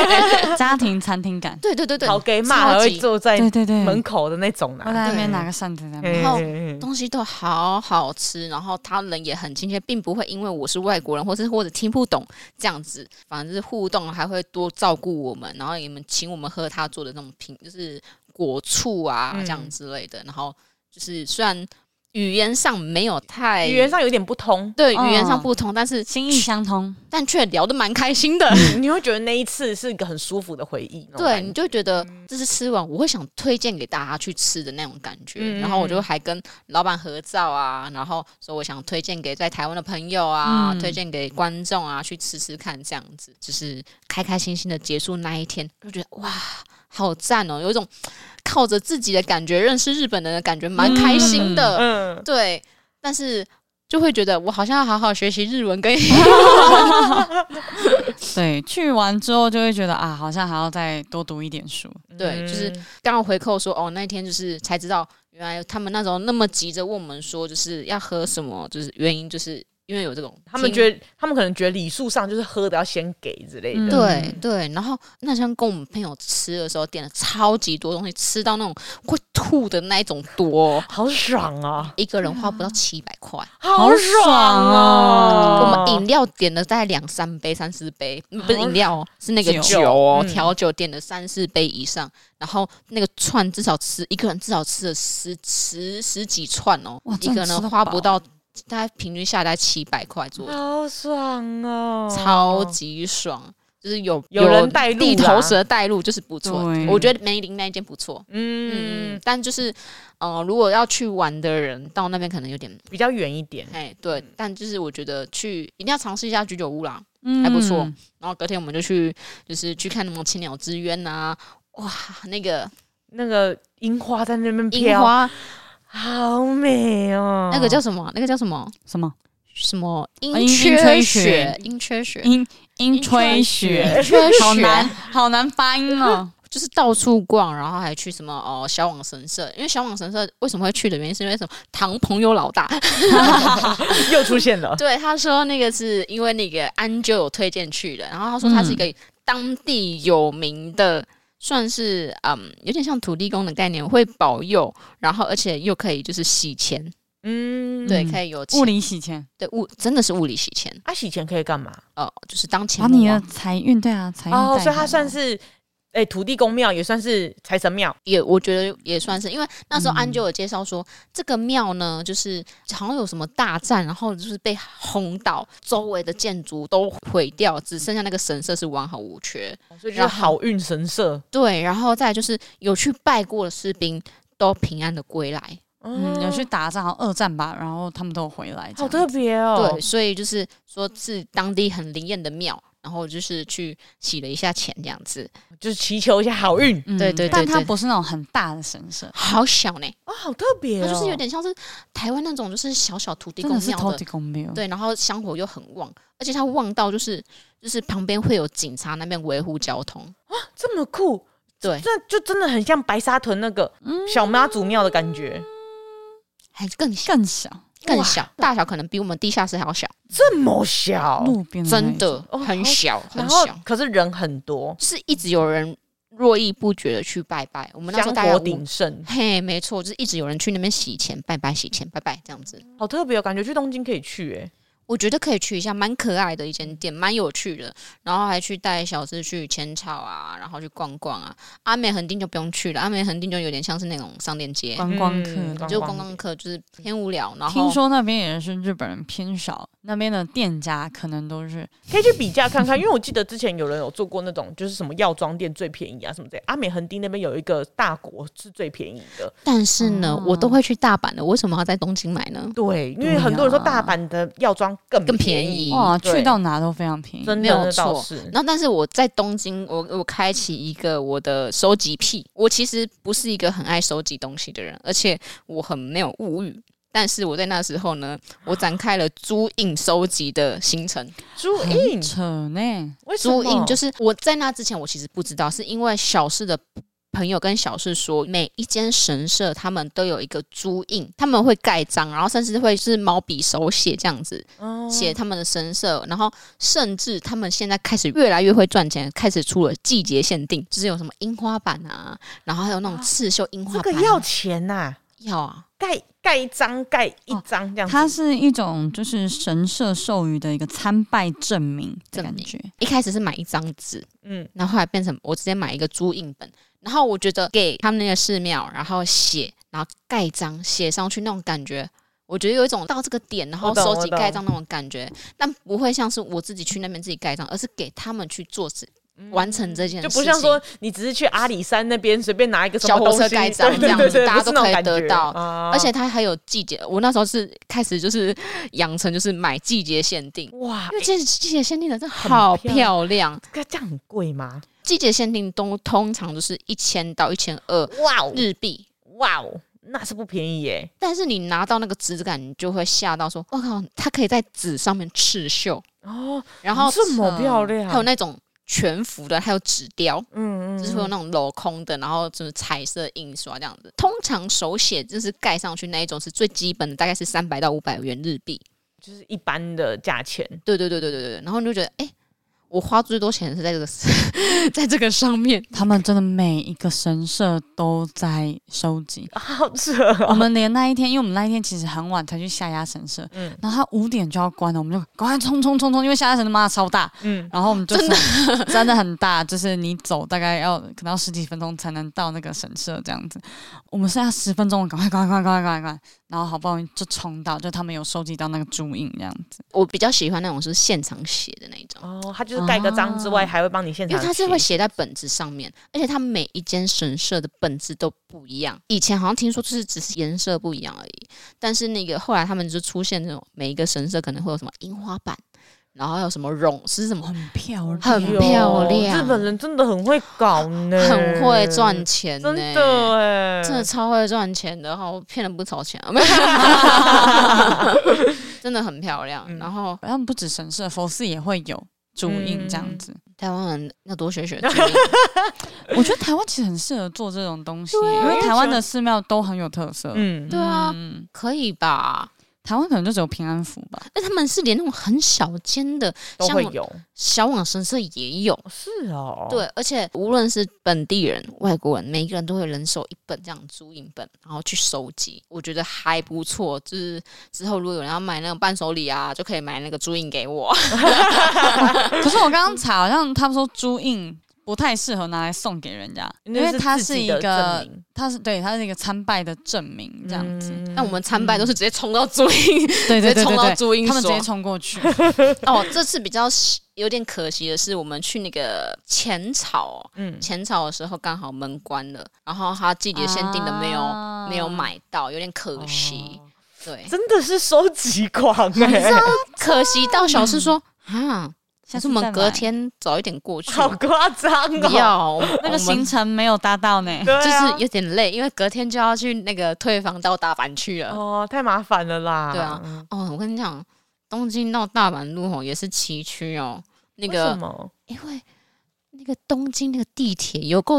B: 家庭餐厅感，
D: 对对对对，
C: 好给骂，还
D: 超
C: 会
D: 级
C: 坐在
B: 对对对，
C: 门口的那种啊嗯
B: 我
C: 啦。
B: 在那边拿个扇子在那边，
C: 嘿
D: 后
C: 嘿嘿
D: 东西都好好吃，然后他人也很亲切，并不会因为我是外国人或是或者听不懂这样子，反正是互动还会多照顾我们，然后你们请我们喝他做的那种品，就是果醋啊
C: 嗯
D: 这样之类的，然后就是虽然语言上没有太
C: 语言上有嗯点不通，
D: 对
B: 哦
D: 语言上不同，但是
B: 心意相通，
D: 但却聊得蛮开心的，
C: 你会觉得那一次是一个很舒服的回忆。那种
D: 对，
C: 感嗯
D: 你
C: 觉，
D: 就觉得这是吃完我会想推荐给大家去吃的那种感觉。
C: 嗯
D: 然后我就还跟老板合照啊，然后说我想推荐给在台湾的朋友啊，
B: 嗯
D: 推荐给观众啊，去吃吃看，这样子就是开开心心的结束那一天，就觉得哇。好赞哦，有一种靠着自己的感觉认识日本人的感觉，蛮开心的。
C: 嗯，
D: 对，但是就会觉得我好像要好好学习日文跟
B: 对，去完之后就会觉得啊，好像还要再多读一点书，
C: 嗯
D: 对就是刚刚回扣说，哦，那一天就是才知道，原来他们那时候那么急着问我们说，就是要喝什么，就是原因就是因为有这种
C: 他们
D: 听
C: 觉得，他们可能觉得礼数上就是喝的要先给之类的。
B: 嗯
D: 对对，然后那像跟我们朋友吃的时候点了超级多东西，吃到那种会吐的那一种多哦，
C: 好爽啊！
D: 一个人花不到七百块，
B: 好
C: 爽
B: 爽
C: 啊
B: 哦
D: 我
C: 哦！
D: 们饮料点了大概两三杯、三四杯，嗯不是饮料哦，是那个
B: 酒
D: 酒哦，
C: 嗯
D: 调酒点了三四杯以上，然后那个串至少吃一个人至少吃了十十十几串哦
B: 哇，
D: 一
B: 这样
D: 个
B: 吃得
D: 人花不
B: 饱
D: 到，大概平均下来大概七百块左右，
C: 好爽哦！
D: 超级爽。就是有
C: 有人带路
D: 地
C: 啦
D: 头蛇带路，就是不错
B: 对。
D: 我觉得梅林那一间不错，
C: 嗯，
D: 嗯，但就是，呃，如果要去玩的人到那边可能有点，
C: 比较远一点。
D: 哎，对。但就是我觉得去一定要尝试一下居酒屋啦，
B: 嗯
D: 还不错然后隔天我们就去，就是去看那种青鸟之渊呐、哇，那个
C: 那个樱花在那边
D: 樱
C: 飘，
D: 花，
C: 好美 哦！
D: 那个叫什么？那个叫什么？
B: 什么
D: 什么
B: 哦樱
D: 樱缺
B: 樱吹
D: 雪
B: 雪？
D: 樱缺雪？
B: 樱樱吹雪，
D: 吹
B: 好难
D: 雪，
B: 好难发音哦。
D: 就是到处逛，然后还去什么哦小网神社，因为小网神社为什么会去的原因是因为什么？唐朋友老大，
C: 又出现了。
D: 对他说那个是因为那个安就有推荐去的，然后他说他是一个当地有名的。算是嗯，有点像土地公的概念，会保佑，然后而且又可以就是洗钱，
C: 嗯，
D: 对，
B: 嗯
D: 可以有钱
B: 物理洗钱，
D: 对物真的是物理洗钱，
C: 他啊洗钱可以干嘛？
D: 哦，就是当钱
B: 把你的财运对啊，财运
C: 哦，
B: 带
C: 所以他
B: 走
C: 算
B: 啊
C: 是哎、土地公庙，也算是财神庙。
D: 也我觉得也算是，因为那时候安
B: 嗯
D: 就有介绍说，这个庙呢，就是好像有什么大战，然后就是被轰到，周围的建筑都毁掉，只剩下那个神社是完好无缺。
C: 所以就是
D: 然后
C: 好运神社，
D: 对，然后再来就是有去拜过的士兵都平安的归来。
B: 嗯，有去打仗，好像二战吧，然后他们都有回来这
C: 哦好
B: 样。
C: 特别哦
D: 对，。所以就是说是当地很灵验的庙，然后就是去洗了一下钱这样子。
C: 就是祈求一下好运
B: 嗯
D: 对对对
B: 但它
D: 对
B: 不是那种很大的神社，
D: 好小呢，
C: 啊、好特别
D: 它
C: 哦，
D: 就是有点像是台湾那种就是小小土地
B: 真
D: 公
B: 的是
D: 庙
B: 土
D: 的
B: 地公庙。
D: 对，然后香火又很旺，而且它旺到就是就是旁边会有警察那边维护交通。
C: 这么酷，
D: 对，
C: 那就真的很像白沙屯那个
B: 嗯
C: 小妈祖庙的感觉，
D: 还更小
B: 更小，
D: 更小，大小可能比我们地下室还要小，
C: 这么小，
B: 路边那一
D: 哦
B: 种
D: 真的
C: 哦
D: 很
C: 好
D: 小
C: 然
D: 很
C: 后
D: 小，
C: 可是人很多，
D: 就是一直有人络绎不绝的去拜拜。我们那时候
C: 香
D: 大概
C: 火
D: 五
C: 鼎盛，
D: 嘿，没错，就是一直有人去那边洗钱拜拜，洗钱拜拜这样子。
C: 好特别哦，感觉去东京可以去哎、
D: 我觉得可以去一下，蛮可爱的一间店，蛮有趣的。然后还去带小智去浅草啊，然后去逛逛啊。阿美横丁就不用去了，阿美横丁就有点像是那种商店街，
B: 观光
C: 嗯
B: 客。
D: 就
C: 观
D: 观
C: 光
D: 光客就是偏无聊，然后
B: 听说那边也是日本人偏少，那边的店家可能都是
C: 可以去比价看看，因为我记得之前有人有做过那种，就是什么药妆店最便宜啊什么的。阿美横丁那边有一个大国是最便宜的，
D: 但是呢，
B: 啊
D: 我都会去大阪的，为什么要在东京买呢？
C: 对，因为
B: 对
C: 很多人说
B: 啊
C: 大阪的药妆更
D: 更
C: 便
D: 便宜
B: 哇，
C: 对
B: 去到哪都非常便宜。
C: 真
D: 没
C: 的
D: 有
C: 那倒
D: 错
C: 是。
D: 然后，但是我在东京，我我开启一个我的收集癖。我其实不是一个很爱收集东西的人，而且我很没有物欲。但是我在那时候呢，我展开了租印收集的行程。
C: 朱印
B: 很，扯呢，
C: 为什
D: 租
C: 么
D: 印就是我在那之前，我其实不知道，是因为小四的朋友跟小四说，每一间神社他们都有一个租印，他们会盖章，然后甚至会是毛笔手写这样子。
C: 嗯
D: 写他们的神社，然后甚至他们现在开始越来越会赚钱，开始出了季节限定，就是有什么樱花板啊，然后还有那种刺绣樱花
C: 这
D: 板
C: 个
D: 啊、
C: 要钱呐、
D: 要啊，
C: 盖盖一张盖一
D: 哦
C: 张这样子。
B: 它是一种就是神社授予的一个参拜证明的
D: 证
B: 感
D: 明
B: 觉。
D: 一开始是买一张纸，
C: 嗯，
D: 然后后来变成我直接买一个租印本，然后我觉得给他们那个寺庙，然后写，然后盖章写上去那种感觉。我觉得有一种到这个点，然
C: 我
D: 后
C: 懂
D: 收
C: 我
D: 集
C: 懂
D: 盖章那种感觉，但不会像是我自己去那边自己盖章，而是给他们去做事，完成这件事
C: 嗯就
D: 情。
C: 不像说你只是去阿里山那边随便拿一个什么
D: 小火
C: 东
D: 车
C: 西
D: 盖章
C: 对
D: 这样
C: 对
D: 子
C: 对对
D: 大家
C: 不是
D: 都
C: 那种
D: 可以
C: 感
D: 得
C: 觉
D: 到
C: 啊
D: 而且它还有季节，我那时候是开始就是养成就是买季节限定，
C: 哇
D: 因，为季季节限定的真的
C: 很
D: 好
C: 漂
D: 漂亮，
C: 这这样很贵吗？
D: 季节限定都通常就是一千到一千二
C: 哇哦
D: 日币，
C: 哇哦，那是不便宜耶！
D: 但是你拿到那个质感，你就会吓到说，我靠，它可以在纸上面刺绣，
C: 哦，
D: 然后
C: 这么漂亮，
D: 还有那种全幅的，还有纸雕。
C: 嗯
D: 就是会有那种镂空的，然后就是彩色印刷这样子。通常手写就是盖上去那一种是最基本的，大概是三百到五百元日币。
C: 就是一般的价钱，
D: 对对对对对对对，然后你就觉得，哎、我花最多钱是在这个， 在这个上面。
B: 他们真的每一个神社都在收集。
C: 好扯哦
B: 我们连那一天，因为我们那一天其实很晚才去下压神社，
C: 嗯
B: 然后他五点就要关了，我们就赶快冲冲冲冲，因为下压神社妈的超大，
C: 嗯，
B: 然后我们就真的真的很大，就是你走大概要可能要十几分钟才能到那个神社这样子，我们剩下十分钟，赶快赶快赶快赶快赶快，然后好不容易就冲到，就他们有收集到那个珠印这样子，
D: 我比较喜欢那种是现场写的那一种，
C: 哦，他就是盖个章之外，
B: 啊
C: 还会帮你现
D: 哦因
C: 场
D: 为它
C: 写，
D: 是会写在本子上面，而且它每一间神社的本子都不一样。以前好像听说就是只是颜色不一样而已，但是那个后来他们就出现那种每一个神社可能会有什么樱花板，然后还有什么绒是什么，
B: 很漂亮，
D: 很
C: 哎呦
D: 漂亮
C: 日本人真的很会搞呢，
D: 很会赚钱、呢。
C: 真的哎，
D: 真的超会赚钱的，然后骗了不少钱，啊真的很漂亮。
C: 嗯
D: 然后
B: 好像不止神社，佛寺也会有。注印这样子。
D: 台湾人要多学 学注音，
B: 我觉得台湾其实很适合做这种东西，
D: 对啊
B: 因为台湾的寺庙都很有特色。
C: 嗯，
D: 对啊
B: 嗯
D: 可以吧？
B: 台湾可能就只有平安符吧。
D: 但他们是连那种很小间的
C: 都
D: 像
C: 会
D: 我
C: 有，
D: 小往神社也有。
C: 是哦，
D: 对，而且无论是本地人、外国人，每一个人都会人手一本这样租印本，然后去收集，我觉得还不错。就是之后如果有人要买那种伴手礼啊，就可以买那个租印给 我。
B: 可是我刚刚查，好像他们说朱印不太适合拿来送给人家，因
C: 那
B: 为
C: 是
B: 它
C: 自
B: 是
C: 己
B: 一
C: 的
B: 个
C: 证明，
B: 它是对它是一个参拜的证明这样子。
C: 嗯
D: 那、我们参拜都是直接冲到租印，
B: 对对
D: 嗯
B: 对
D: 直接冲到
B: 对对。
D: 租印
B: 他们直
D: 所
B: 接。冲过 去，
D: 哦，这次比较有点可惜的是，我们去那个浅草、哦，
C: 嗯
D: 浅草的时候刚好门关了，然后他季节限定的没有、
B: 啊
D: 没有买到，有点可惜。对，
C: 哦真的是收集狂哎、
D: 可惜到小四说啊，
B: 下
D: 下
B: 次再
D: 次我
B: 买
D: 们隔天早一点过去，
C: 好夸张
D: 不
C: 哦！
D: 要我们
B: 那个
D: 我
B: 行
D: 们
B: 程没有搭到 呢。
C: 对
D: 就
C: 啊
D: 是有点累，因为隔天就要去那个退房到大阪去了。
C: 哦，太麻烦了啦。
D: 对啊
C: 嗯，
D: 哦，我跟你讲，东京到大阪路哦也是崎岖哦，那
C: 为什
D: 个
C: 么？
D: 因为那个东京那个地铁有够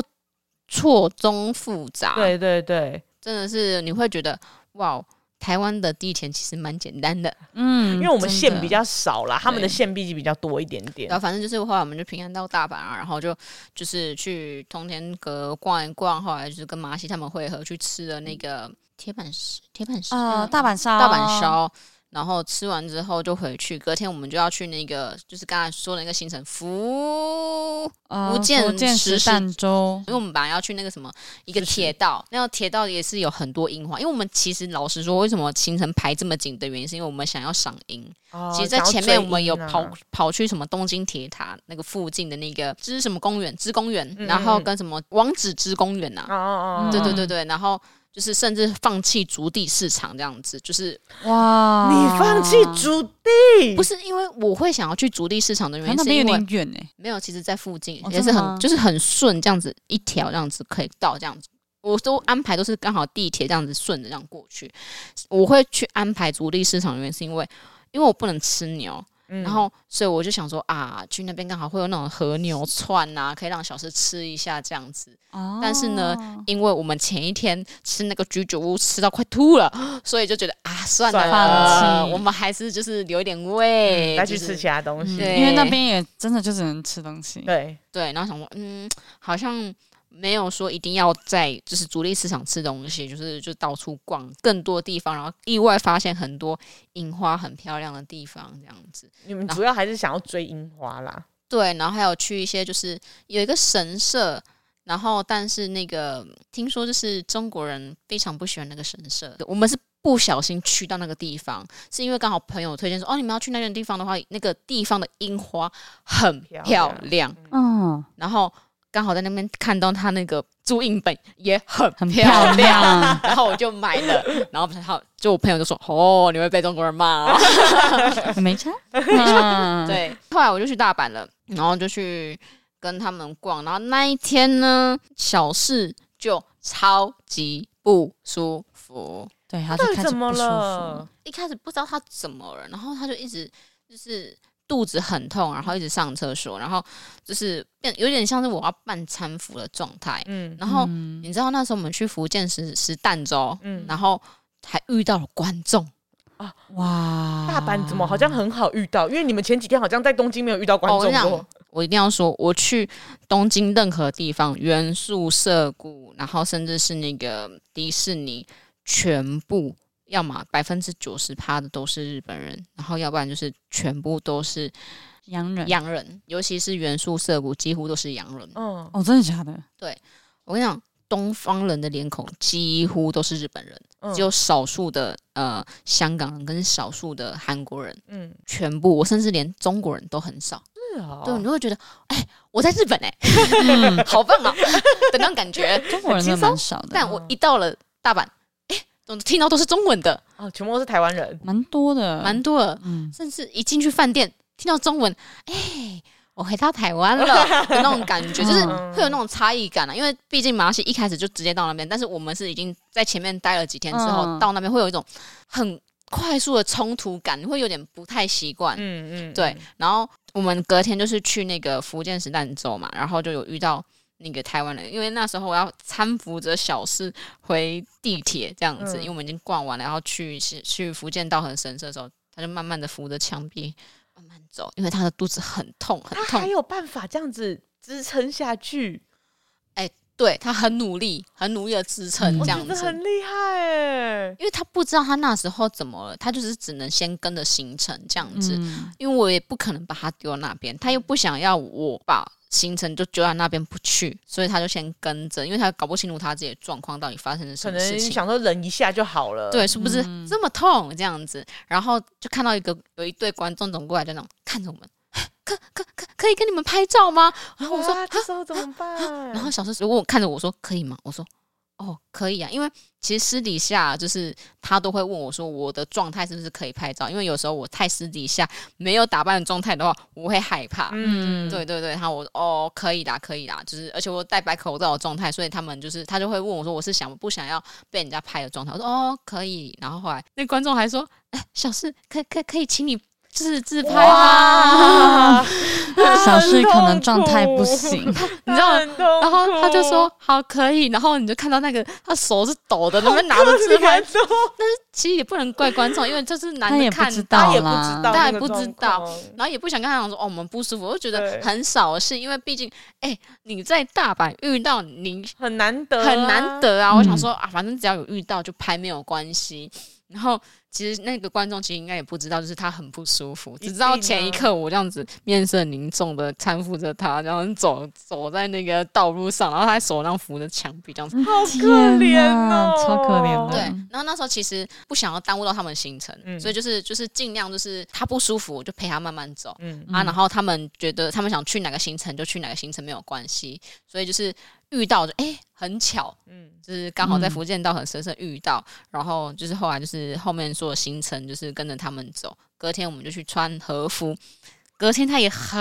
D: 错综复杂，
C: 对对对，
D: 真的是你会觉得哇，台湾的地铁其实蛮简单的。
B: 嗯，
C: 因为我
B: 真
C: 们线
B: 的
C: 比较少啦，他们的
D: 对
C: 线毕竟比较多一点点
D: 然。后反正就是后来我们就平安到大阪啊，然后就就是去通天阁逛一逛，后来就是跟马西他们会合去吃了那个嗯铁板烧，铁板烧
B: 呃大阪烧，
D: 大阪，烧。然后吃完之后就回去，隔天我们就要去那个，就是刚才说的那个行程福，
B: 呃，
D: 福建
B: 福建
D: 石
B: 石
D: 狮
B: 蛋粥
D: 因，为我们本来要去那个什么一个
C: 是是
D: 铁道，那个铁道也是有很多樱花。因为我们其实老实说，为什么行程排这么紧的原因，是因为我们想要赏樱。
B: 呃
C: 哦
D: 其实，在
C: 想要
D: 前面
C: 追
D: 我们有
C: 音啊
D: 跑跑去什么东京铁塔那个附近的那个知什么公园，知公园，
C: 嗯
D: 然后跟什么王子之公园呐、
C: 哦哦哦，
D: 对
B: 嗯
D: 对对对，然后就是甚至放弃竹地市场这样子，就是
B: 嗯哇，
C: 哦你放弃
D: 哦
C: 竹地
D: 不是因为我会想要去竹地市场的原
B: 它
D: 因，
B: 啊那
D: 是
B: 边有
D: 因为
B: 点远哎，
D: 没有，其实在附近
B: 哦
D: 也是
B: 真的吗
D: 很就是很顺这样子一条这样子可以到这样子。我都安排都是刚好地铁这样子顺着这样过去，我会去安排竹地市场，原因是因为因为我不能吃牛，
C: 嗯
D: 然后，所以我就想说啊，去那边刚好会有那种和牛串啊，可以让小吃吃一下这样子。
B: 哦
D: 但是呢，因为我们前一天吃那个居酒屋吃到快吐了，所以就觉得啊，算了，
C: 算
B: 了放弃
D: 我们还是就是留一点
C: 嗯
D: 胃，
C: 再
D: 就
C: 去
D: 是
C: 吃其他东西，
D: 对
B: 因为那边也真的就只能吃东西，
C: 嗯对，
D: 对，然后想说，嗯，好像没有说一定要在就是主力市场吃东西，就是就到处逛更多地方，然后意外发现很多樱花很漂亮的地方，这样子。
C: 你们主要还是想要追樱花啦。
D: 对，然后还有去一些就是有一个神社，然后但是那个听说就是中国人非常不喜欢那个神社，我们是不小心去到那个地方，是因为刚好朋友推荐说，哦，你们要去那个地方的话，那个地方的樱花很
C: 漂
D: 漂
C: 亮
D: 亮，
B: 嗯，
D: 然后刚好在那边看到他那个注印本也很
B: 很
D: 漂
B: 漂亮。
D: 然后我就买了，然后他就我朋友就说，哦，你会被中国人骂、哦。
B: 没差，嗯，
D: 对，后来我就去大阪了，然后就去跟他们逛，然后那一天呢，小事就超级不舒服，
B: 对，他就
C: 到底
B: 开始
C: 怎么
B: 不舒服
C: 了？？
D: 一开始不知道他怎么了，然后他就一直就是肚子很痛，然后一直上厕所，然后就是变有点像是我要半搀扶的状态，
C: 嗯
D: 然后
B: 嗯
D: 你知道那时候我们去福建石石蛋粥，
C: 嗯，
D: 哦然后还遇到了观众。
B: 哇，
C: 大阪怎么好像很好遇到？因为你们前几天好像在东京没有遇到观
D: 哦我
C: 众
D: 跟你讲
C: 过，
D: 我一定要说，我去东京任何地方，元素涩谷，然后甚至是那个迪士尼，全部要么百分之九十趴的都是日本人，然后要不然就是全部都是
B: 洋人？
D: 洋人，尤其是元素涩谷，几乎都是洋人。
C: 嗯，
B: 哦，真的假的？
D: 我跟你讲，东方人的脸孔几乎都是日本人，
C: 嗯
D: 只有少数的呃香港人跟少数的韩国人，
C: 嗯
D: 全部我甚至连中国人都很少。
C: 是哦，
D: 对，你就会觉得，哎、我在日本哎、
B: 嗯，
D: 好棒啊的那种感觉。
B: 中国人真的蛮少的，
D: 但我一到了大阪，哎、怎么听到都是中文的，
C: 哦，全部都是台湾人，
B: 蛮多的，
D: 蛮多的。
B: 嗯，
D: 甚至一进去饭店，听到中文，哎、我回到台湾了 的那种感觉，就是
C: 嗯
D: 会有那种差异感啊。因为毕竟马来西亚一开始就直接到那边，但是我们是已经在前面待了几天之后，
B: 嗯
D: 到那边会有一种很快速的冲突感，你会有点不太习惯。
C: 嗯嗯，
D: 对，然后我们隔天就是去那个福建石淡州嘛，然后就有遇到那个台湾人，因为那时候我要搀扶着小四回地铁这样子，
C: 嗯
D: 因为我们已经逛完了，然后去去去福建道很神社的时候，他就慢慢的扶着墙壁慢慢走，因为他的肚子很痛很
C: 他啊还
D: 痛，
C: 有办法这样子支撑下去，
D: 对他很努力很努力的支撑
A: 嗯
C: 我
D: 这
C: 觉
D: 样
C: 得
D: 子。
C: 哦很厉害哎。
D: 因为他不知道他那时候怎么了，他就是只能先跟着行程这样子，
B: 嗯，
D: 因为我也不可能把他丢那边，他又不想要我把行程就丢在那边不去，所以他就先跟着，因为他搞不清楚他自己的状况到底发生了
C: 可
D: 什么
C: 能
D: 事情。
C: 想说忍一下就好了。，嗯
D: 对，是不是这么痛这样子？然后就看到一个有一对观众走过来，就那种看着我们， 可可可可以跟你们拍照吗？然后我说，
C: 这时候怎么办？
D: 然后小时候问我看着我说可以吗？我说哦可以啊，因为其实私底下就是他都会问我说我的状态是不是可以拍照，因为有时候我太私底下没有打扮的状态的话，我会害怕。
C: 嗯，
D: 对对对，然后我哦可以啦可以啦，就是而且我戴白口罩的状态，所以他们就是他就会问我说我是想不想要被人家拍的状态，我说哦可以，然后后来那观众还说、哎小四可可可以请你就是自拍吗？
C: 哇，
B: 嗯小事可能状态不行，
D: 你知道
C: 很痛苦
D: 然后他就说
B: 哦
D: 好可以，然后你就看到那个他手是抖的，那边拿着自拍
C: 看，到
D: 其实也不能怪观众，因为这是男
B: 他
D: 的
B: 也不
D: 看
B: 知
D: 到
B: 道
C: 他也不
B: 啦
C: 知道，
D: 他也不知道，然后也不想跟他讲说哦我们不舒服，我就觉得
C: 对
D: 很少是因为毕竟哎、你在大阪遇到你
C: 很难得，
D: 很难。得啊，我想
B: 嗯
D: 说啊反正只要有遇到就拍没有关系。然后其实那个观众其实应该也不知道，就是他很不舒服，
C: 一
D: 只知道
C: 定
D: 前一
C: 啊
D: 刻我这样子面色凝重的搀扶着他，然后走走在那个道路上，然后他手上扶着墙壁这样子。
C: 好
B: 天
C: 可怜
B: 哪
C: 哦，
B: 超可怜的
D: 对
B: 嗯，
D: 然后那时候其实不想要耽误到他们行程，
C: 嗯
D: 所以就是就是尽量就是他不舒服我就陪他慢慢走、
C: 嗯，
D: 啊，
B: 嗯
D: 然后他们觉得他们想去哪个行程就去哪个行程没有关系，所以就是遇到就哎、很巧，
C: 嗯
D: 就是刚好在
B: 嗯
D: 福建道很深深遇到，然后就是后来就是后面所有行程就是跟着他们走，隔天我们就去穿和服，隔天他也很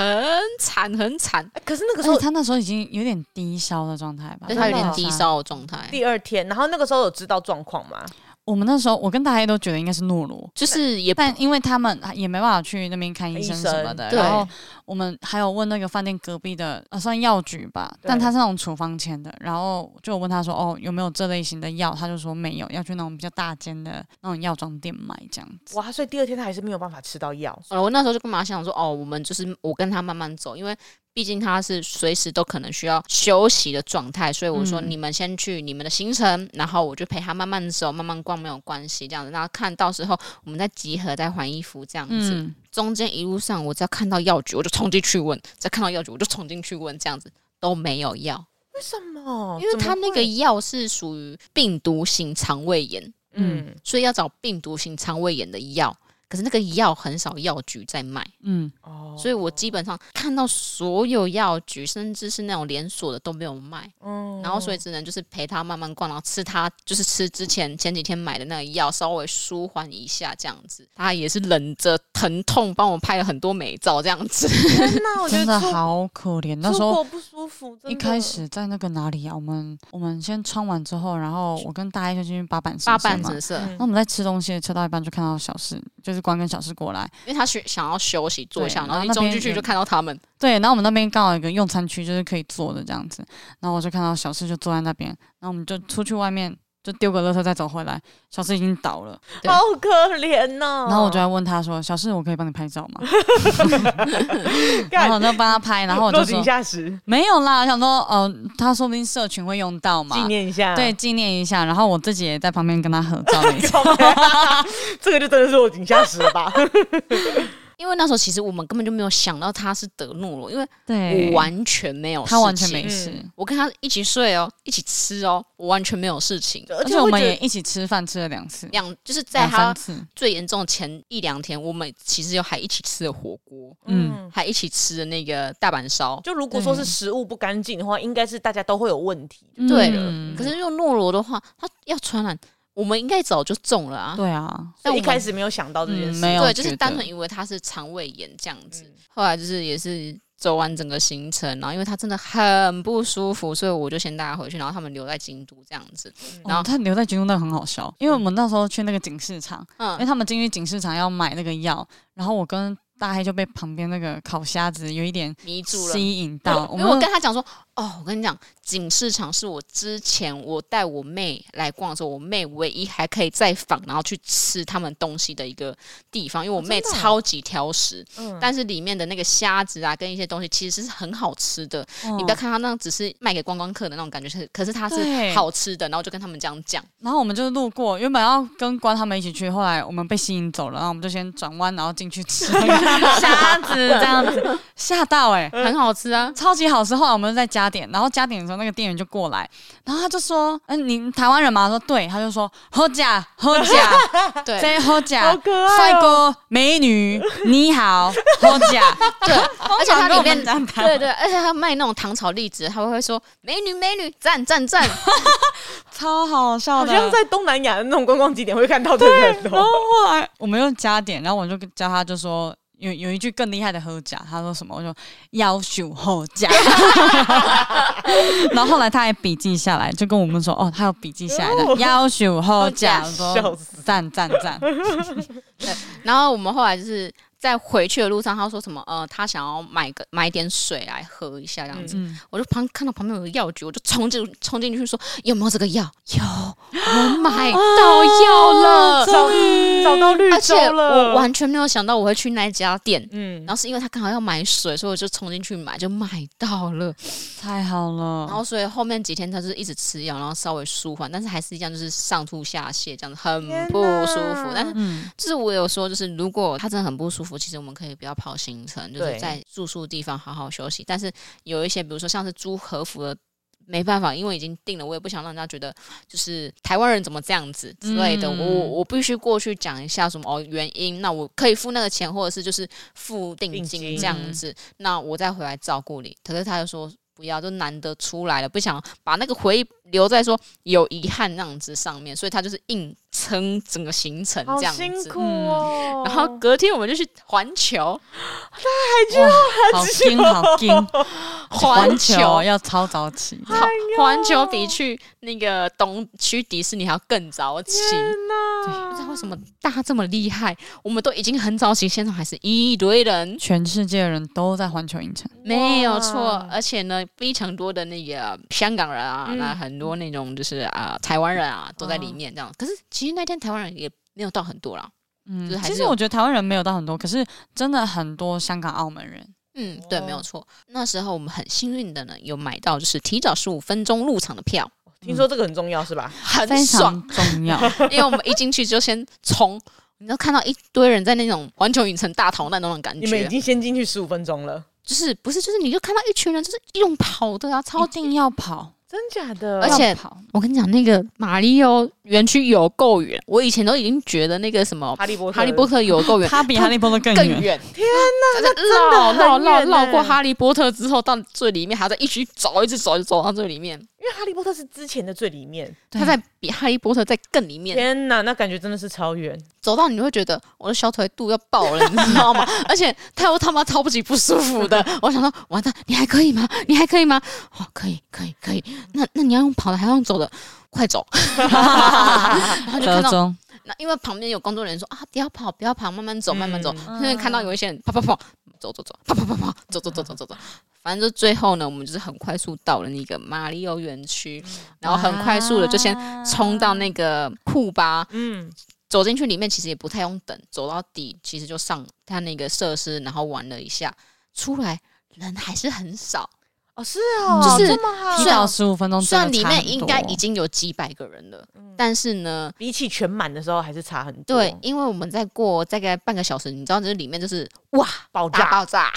D: 惨很惨，
C: 哎可是那个
B: 而
C: 时候
B: 且他那时候已经有点低消的状态吧，
D: 对他有
C: 真的
D: 点
C: 哦
D: 低。烧的状态。
C: 第二天，然后那个时候有知道状况吗？
B: 我们那时候，我跟大黑都觉得应该是诺罗，
D: 就是也不
B: 但因为他们也没办法去那边看医生什么的，
D: 医生
B: 然后我们还有问那个饭店隔壁的，呃，算药局吧，
C: 对
B: 但他是那种处方签的，然后就有问他说，哦，有没有这类型的药？他就说没有，要去那种比较大间的那种药妆店买这样子。
C: 哇，所以第二天他还是没有办法吃到药。
D: 哦，我那时候就干嘛想说，哦，我们就是我跟他慢慢走，因为毕竟他是随时都可能需要休息的状态，所以我说
B: 嗯
D: 你们先去你们的行程，然后我就陪他慢慢走，慢慢逛没有关系，这样子。然后看到时候我们再集合，再换衣服这样子。
B: 嗯，
D: 中间一路上，我只要看到药局，我就冲进去问；再看到药局，我就冲进去问，这样子都没有药，
C: 为什么？
B: 哦
D: 因为他
C: 怎么
D: 那个
C: 会
D: 药是属于病毒性肠胃炎，
C: 嗯
D: 所以要找病毒性肠胃炎的药。可是那个药很少药局在卖。
B: 嗯，
C: 哦
D: 所以我基本上看到所有药局，甚至是那种连锁的都没有卖，
C: 嗯
D: 然后
B: 哦
D: 所以只能就是陪他慢慢逛，然后吃他就是吃之前前几天买的那个药，稍微舒缓一下这样子。他也是忍着疼痛帮我拍了很多美照这样子。
C: 嗯天哪，我觉
B: 真的
C: 得出
B: 好可怜。那时
C: 出
B: 候
C: 国不舒服，真的
B: 一开始在那个哪里啊？我们我们先穿完之后，然后我跟大黑就进去八坂神社
D: 八
B: 嘛
D: 半折色，
C: 嗯
B: 那我们在吃东西，吃到一半就看到小四，就是关跟小四过来。
D: 因为他去想要休息坐下，
B: 对
D: 然
B: 然
D: 后
B: 后
D: 一
B: 那
D: 冲
B: 边
D: 进去
B: 有
D: 就看到他们，
B: 对，然后我们那边刚好有一个用餐区，就是可以坐的这样子。然后我就看到小四就坐在那边，然后我们就出去外面就丢个垃圾再走回来，小四已经倒了。
D: 对
C: 好可怜哦呐。
B: 然后 我就在问他说：“小四，我可以帮你拍照吗
C: 就？”
B: 然后我就帮他拍，然后我就
C: 落井
B: 说
C: 下石，：“
B: 没有啦，我想说，呃，他说不定社群会用到嘛
C: 纪，念一下。
B: 对，，纪念一下。”然后我自己也在旁边跟他合照了一下。
C: 这个就真的是落井下石了吧？
D: 因为那时候其实我们根本就没有想到他是得诺罗，因为
B: 对，
D: 我完全没有事情，嗯
B: 他完全没
C: 情
B: 事。
D: 我跟他一起睡哦，一起吃哦，我完全没有事情。
C: 而
B: 而且我们也一起吃饭，吃了两次，
D: 两就是在
B: 两
D: 他
B: 三次。
D: 最严重的前一两天，我们其实有还一起吃的火锅，
B: 嗯，
D: 还一起吃的那个大阪烧。
C: 就如果说是食物不干净的话，应该是大家都会有问题。
D: 对
B: 嗯
D: 可是用诺罗的话，他要传染，我们应该早就中了啊。
B: 对啊，
C: 所
D: 但
C: 以
D: 我
C: 一
D: 们
C: 开始没有想到这件
B: 嗯，
C: 事，
B: 没有觉得，
D: 对，就是单纯以为他是肠胃炎这样子
C: 嗯。
D: 后来就是也是走完整个行程，然后因为他真的很不舒服，所以我就先带他回去，然后他们留在京都这样子。然
B: 然
D: 后
B: 哦后他留在京都那很好笑，因为我们那时候去那个警市场，因为
D: 嗯，
B: 他们进去警市场要买那个药，然后我跟大黑就被旁边那个烤虾子有一点
D: 迷住了。
B: 吸引到，
D: 因
B: 我
D: 为我
B: 们
D: 跟他讲说，哦，我跟你讲，景市场是我之前我带我妹来逛的时候，我妹唯一还可以再访，然后去吃他们东西的一个地方，
B: 哦
D: 因为我妹
C: 真的啊
D: 超级挑食，
C: 嗯
D: 但是里面的那个虾子啊，跟一些东西其实是很好吃的。你不要
B: 嗯
D: 看它那只是卖给观光客的那种感觉，是可是它是
B: 对
D: 好吃的，然后就跟他们这样讲。
B: 然后我们就路过，原本要跟关他们一起去，后来我们被吸引走了，然后我们就先转弯，然后进去 吃那个虾子，这样子吓到哎、
D: 很好吃 啊，
B: 超级好吃。后来我们就在加点，然后加点的时候，那个店员就过来，然后他就说：“嗯、你台湾人吗？”我说：“对。”他就说：“喝假，喝假，
D: 对
B: 在喝假
C: 好，可爱哦
B: 帅哥美 女，你好，喝假。
D: 对，而且它里面
B: 这样谈
D: 对对，而且它卖那种糖炒栗子，他会说美女美女赞赞赞，
B: 超好笑
C: 好
B: 的。
C: 像在东南亚的那种观光景点会看到这个很
B: 然后
C: 多。
B: 后来我们又加点，然后我就跟教他就说。有有一句更厉害的喝假，他说什么？我就要求后 假，然后后来他还笔记下来，就跟我们说哦，他有笔记下来的要求后 假，我
C: 笑
B: 说哦
C: 死
B: 赞赞赞，
D: 然后我们后来就是在回去的路上，他说什么呃，他想要买个买点水来喝一下这样子。
B: 嗯，
D: 我就旁看到旁边有个药局，我就冲进冲进去说有没有这个药？有，我买
B: 哦
D: 到药了，
C: 找找到绿
D: 而且
C: 洲
D: 我
C: 了，
D: 完全没有想到我会去那一家店。
C: 嗯
D: 然，后是因为他刚好要买水，所以我就冲进去买，就买到了。
B: 太好了。
D: 然后所以后面几天他就是一直吃药，然后稍微舒缓，但是还是一样就是上吐下泻这样子，很
C: 天
D: 不
C: 哪
D: 舒服。但是
B: 嗯，
D: 就是我有说，就是如果他真的很不舒服，其实我们可以不要跑行程，就是
C: 对
D: 在住宿地方好好休息。但是有一些，比如说像是租和服的，没办法，因为已经定了，我也不想让人家觉得就是台湾人怎么这样子之类的。
B: 嗯
D: 我我必须过去讲一下什么哦原因，那我可以付那个钱，或者是就是付定
C: 定
D: 金
C: 金嗯
D: 这样子，那我再回来照顾你。可是他就说。不要，就难得出来了，不想把那个回忆留在说有遗憾那样子上面，所以他就是硬撑整个行程
C: 好
D: 这样子。嗯
C: 辛苦哦。
D: 然后隔天我们就去环球，
B: 哎好惊好惊，
D: 环球
B: 哦
C: 哎
B: 球要超早起，
D: 好环球比去那个东去迪士尼还要更早起。
C: 天哪
D: 不知道为什么大家这么厉害，我们都已经很早起，现场还是一堆人，
B: 全世界的人都在环球影城，
D: 没有错。而且呢，非常多的那个香港人啊，
C: 嗯哦
D: 那很多那种就是啊、台湾人啊都在里面这样。可是其实那天台湾人也没有到很多啦，就是
B: 嗯，
D: 还是
B: 其实
D: 有
B: 我觉得台湾人没有到很多，可是真的很多香港、澳门人。
D: 嗯，对，
C: 哦
D: 没有错。那时候我们很幸运的呢，有买到就是提早十五分钟入场的票，
C: 听说这个很重要是吧？
D: 很
B: 非
D: 爽
B: 常。重 要，
D: 因为我们一进去就先冲，你都看到一堆人在那种环球影城大逃难那种感
C: 你们已
D: 觉，
C: 经先进去十五分钟了，
D: 就是不是就是你就看到一群人就是用跑的啊，超
B: 一定要跑，
C: 真假的？
D: 而且
B: 要跑
D: 我跟你讲，那个马里奥园区有够远，我以前都已经觉得那个什么
C: 哈利波特
D: 哈利波特有够远，
B: 它比哈利波特更
D: 更
B: 远。
D: 远，天哪，
C: 那真的
D: 绕绕
C: 很
D: 绕
C: 远欸
D: 绕
C: 呢
D: 过哈利波特之后到最里面，还要再一直走，一直走，一直走到最里面，
C: 因为哈利波特是之前的最里面，
B: 对
D: 它在比哈利波特在更里面，
C: 天哪，那感觉真的是超远。
D: 走到你会觉得我的小腿肚要爆了，你知道吗？ 而且他又他妈超级不舒服的。我想说，完蛋，你还可以吗？你还可以吗？哦，可以，可以，可以。那那你要用跑的，还要用走的，快走！然后就
B: 德
D: 看到，
B: 中，
D: 那因为旁边有工作人员说啊，不要跑，不要跑，慢慢走，慢慢走。
C: 嗯
D: 因为看到有一些人跑跑跑，走走走，跑跑跑跑，走走走走走走。反正就最后呢，我们就是很快速到了那个马里奥园区，然后很快速的就先
B: 啊
D: 冲到那个库巴，
C: 嗯，
D: 走进去里面其实也不太用等，走到底其实就上它那个设施，然后玩了一下，出来人还是很少。
C: 哦，是哦，
D: 就是
C: 这么好
B: 提早十五分钟
D: 虽
B: 真
D: 然
B: 的
D: 里
B: 差很多，
D: 面应该已经有几百个人了，但是呢，
C: 比起全满的时候还是差很多，
D: 对，因为我们在过大概半个小时，你知道，就是里面就是哇
C: 爆
D: 大
C: 炸
D: 爆 炸，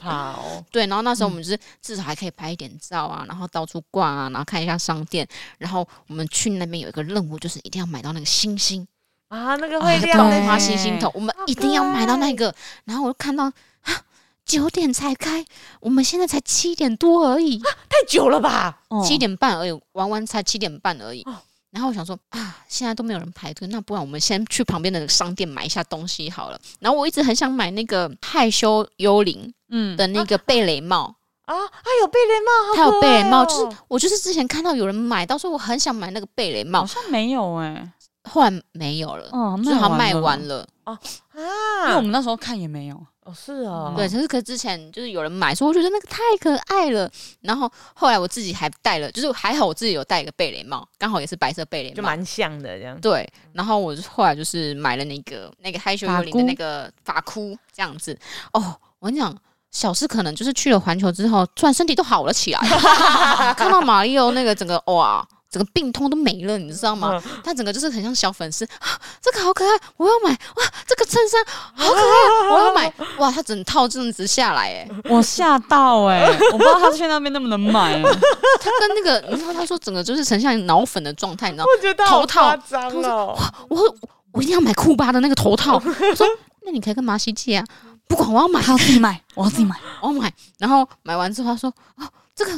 C: 怕哦。
D: 对。然后那时候我们就是至少还可以拍一点照啊，然后到处逛啊，然后看一下商店，然后我们去那边有一个任务，就是一定要买到那个星星。
C: 啊，那个
D: 啊
C: 会
D: 那个
C: 亮
D: 爆
C: 的
B: 对
D: 花星星头，我们
C: 好
D: 一定要买到那个。然后我就看到啊，九点才开，我们现在才七点多而已，
C: 太久了吧？
B: 哦
D: 七点半而已，玩完才七点半而已。
C: 哦
D: 然后我想说啊，现在都没有人排队，那不然我们先去旁边的商店买一下东西好了。然后我一直很想买那个害羞幽灵
B: 嗯，
D: 的那个贝雷帽，
C: 啊，还有贝雷帽，
D: 还
C: 好
D: 有
C: 可
D: 贝
C: 爱
D: 雷帽，
C: 哦
D: 就是我就是之前看到有人买，到时候我很想买那个贝雷
B: 好
C: 哦
D: 帽，
B: 像没有哎，
D: 后来没有了，
B: 哦，
D: 就是好像卖完
B: 了，
D: 了。
B: 因为我
C: 啊，
B: 们那时候看也没有，
C: 哦是哦，
D: 对，可是可是之前就是有人买，所以我觉得那个太可爱了。然后后来我自己还戴了，就是还好我自己有戴一个贝雷帽，刚好也是白色贝雷
C: 就
D: 帽。
C: 蛮像的这样。
D: 对，然后我就后来就是买了那个那个害羞幽灵的那个发箍，这样子。哦，我跟你讲，小四可能就是去了环球之后，突然身体都好了起来， 看到马里奥那个整个哇。整个病痛都没了，你知道吗？
C: 嗯
D: 他整个就是很像小粉丝 啊，这个好可爱，我要买哇！这个衬衫好可爱，我要买哇！他整套这样子下来，哎，
B: 我吓到哎， 我不知道他去那边能不能买，哎
D: 他跟那个，你知道，他说整个就是呈现脑粉的状态，你知道吗
C: 我觉得好
D: 头套
C: 夸张哦，
D: 我我一定要买库巴的那个头套。我说那你可以跟麻西借啊，不管我要买，
B: 他要自己买，我要自己买，
D: 我要买。然后买完之后他说哦，这个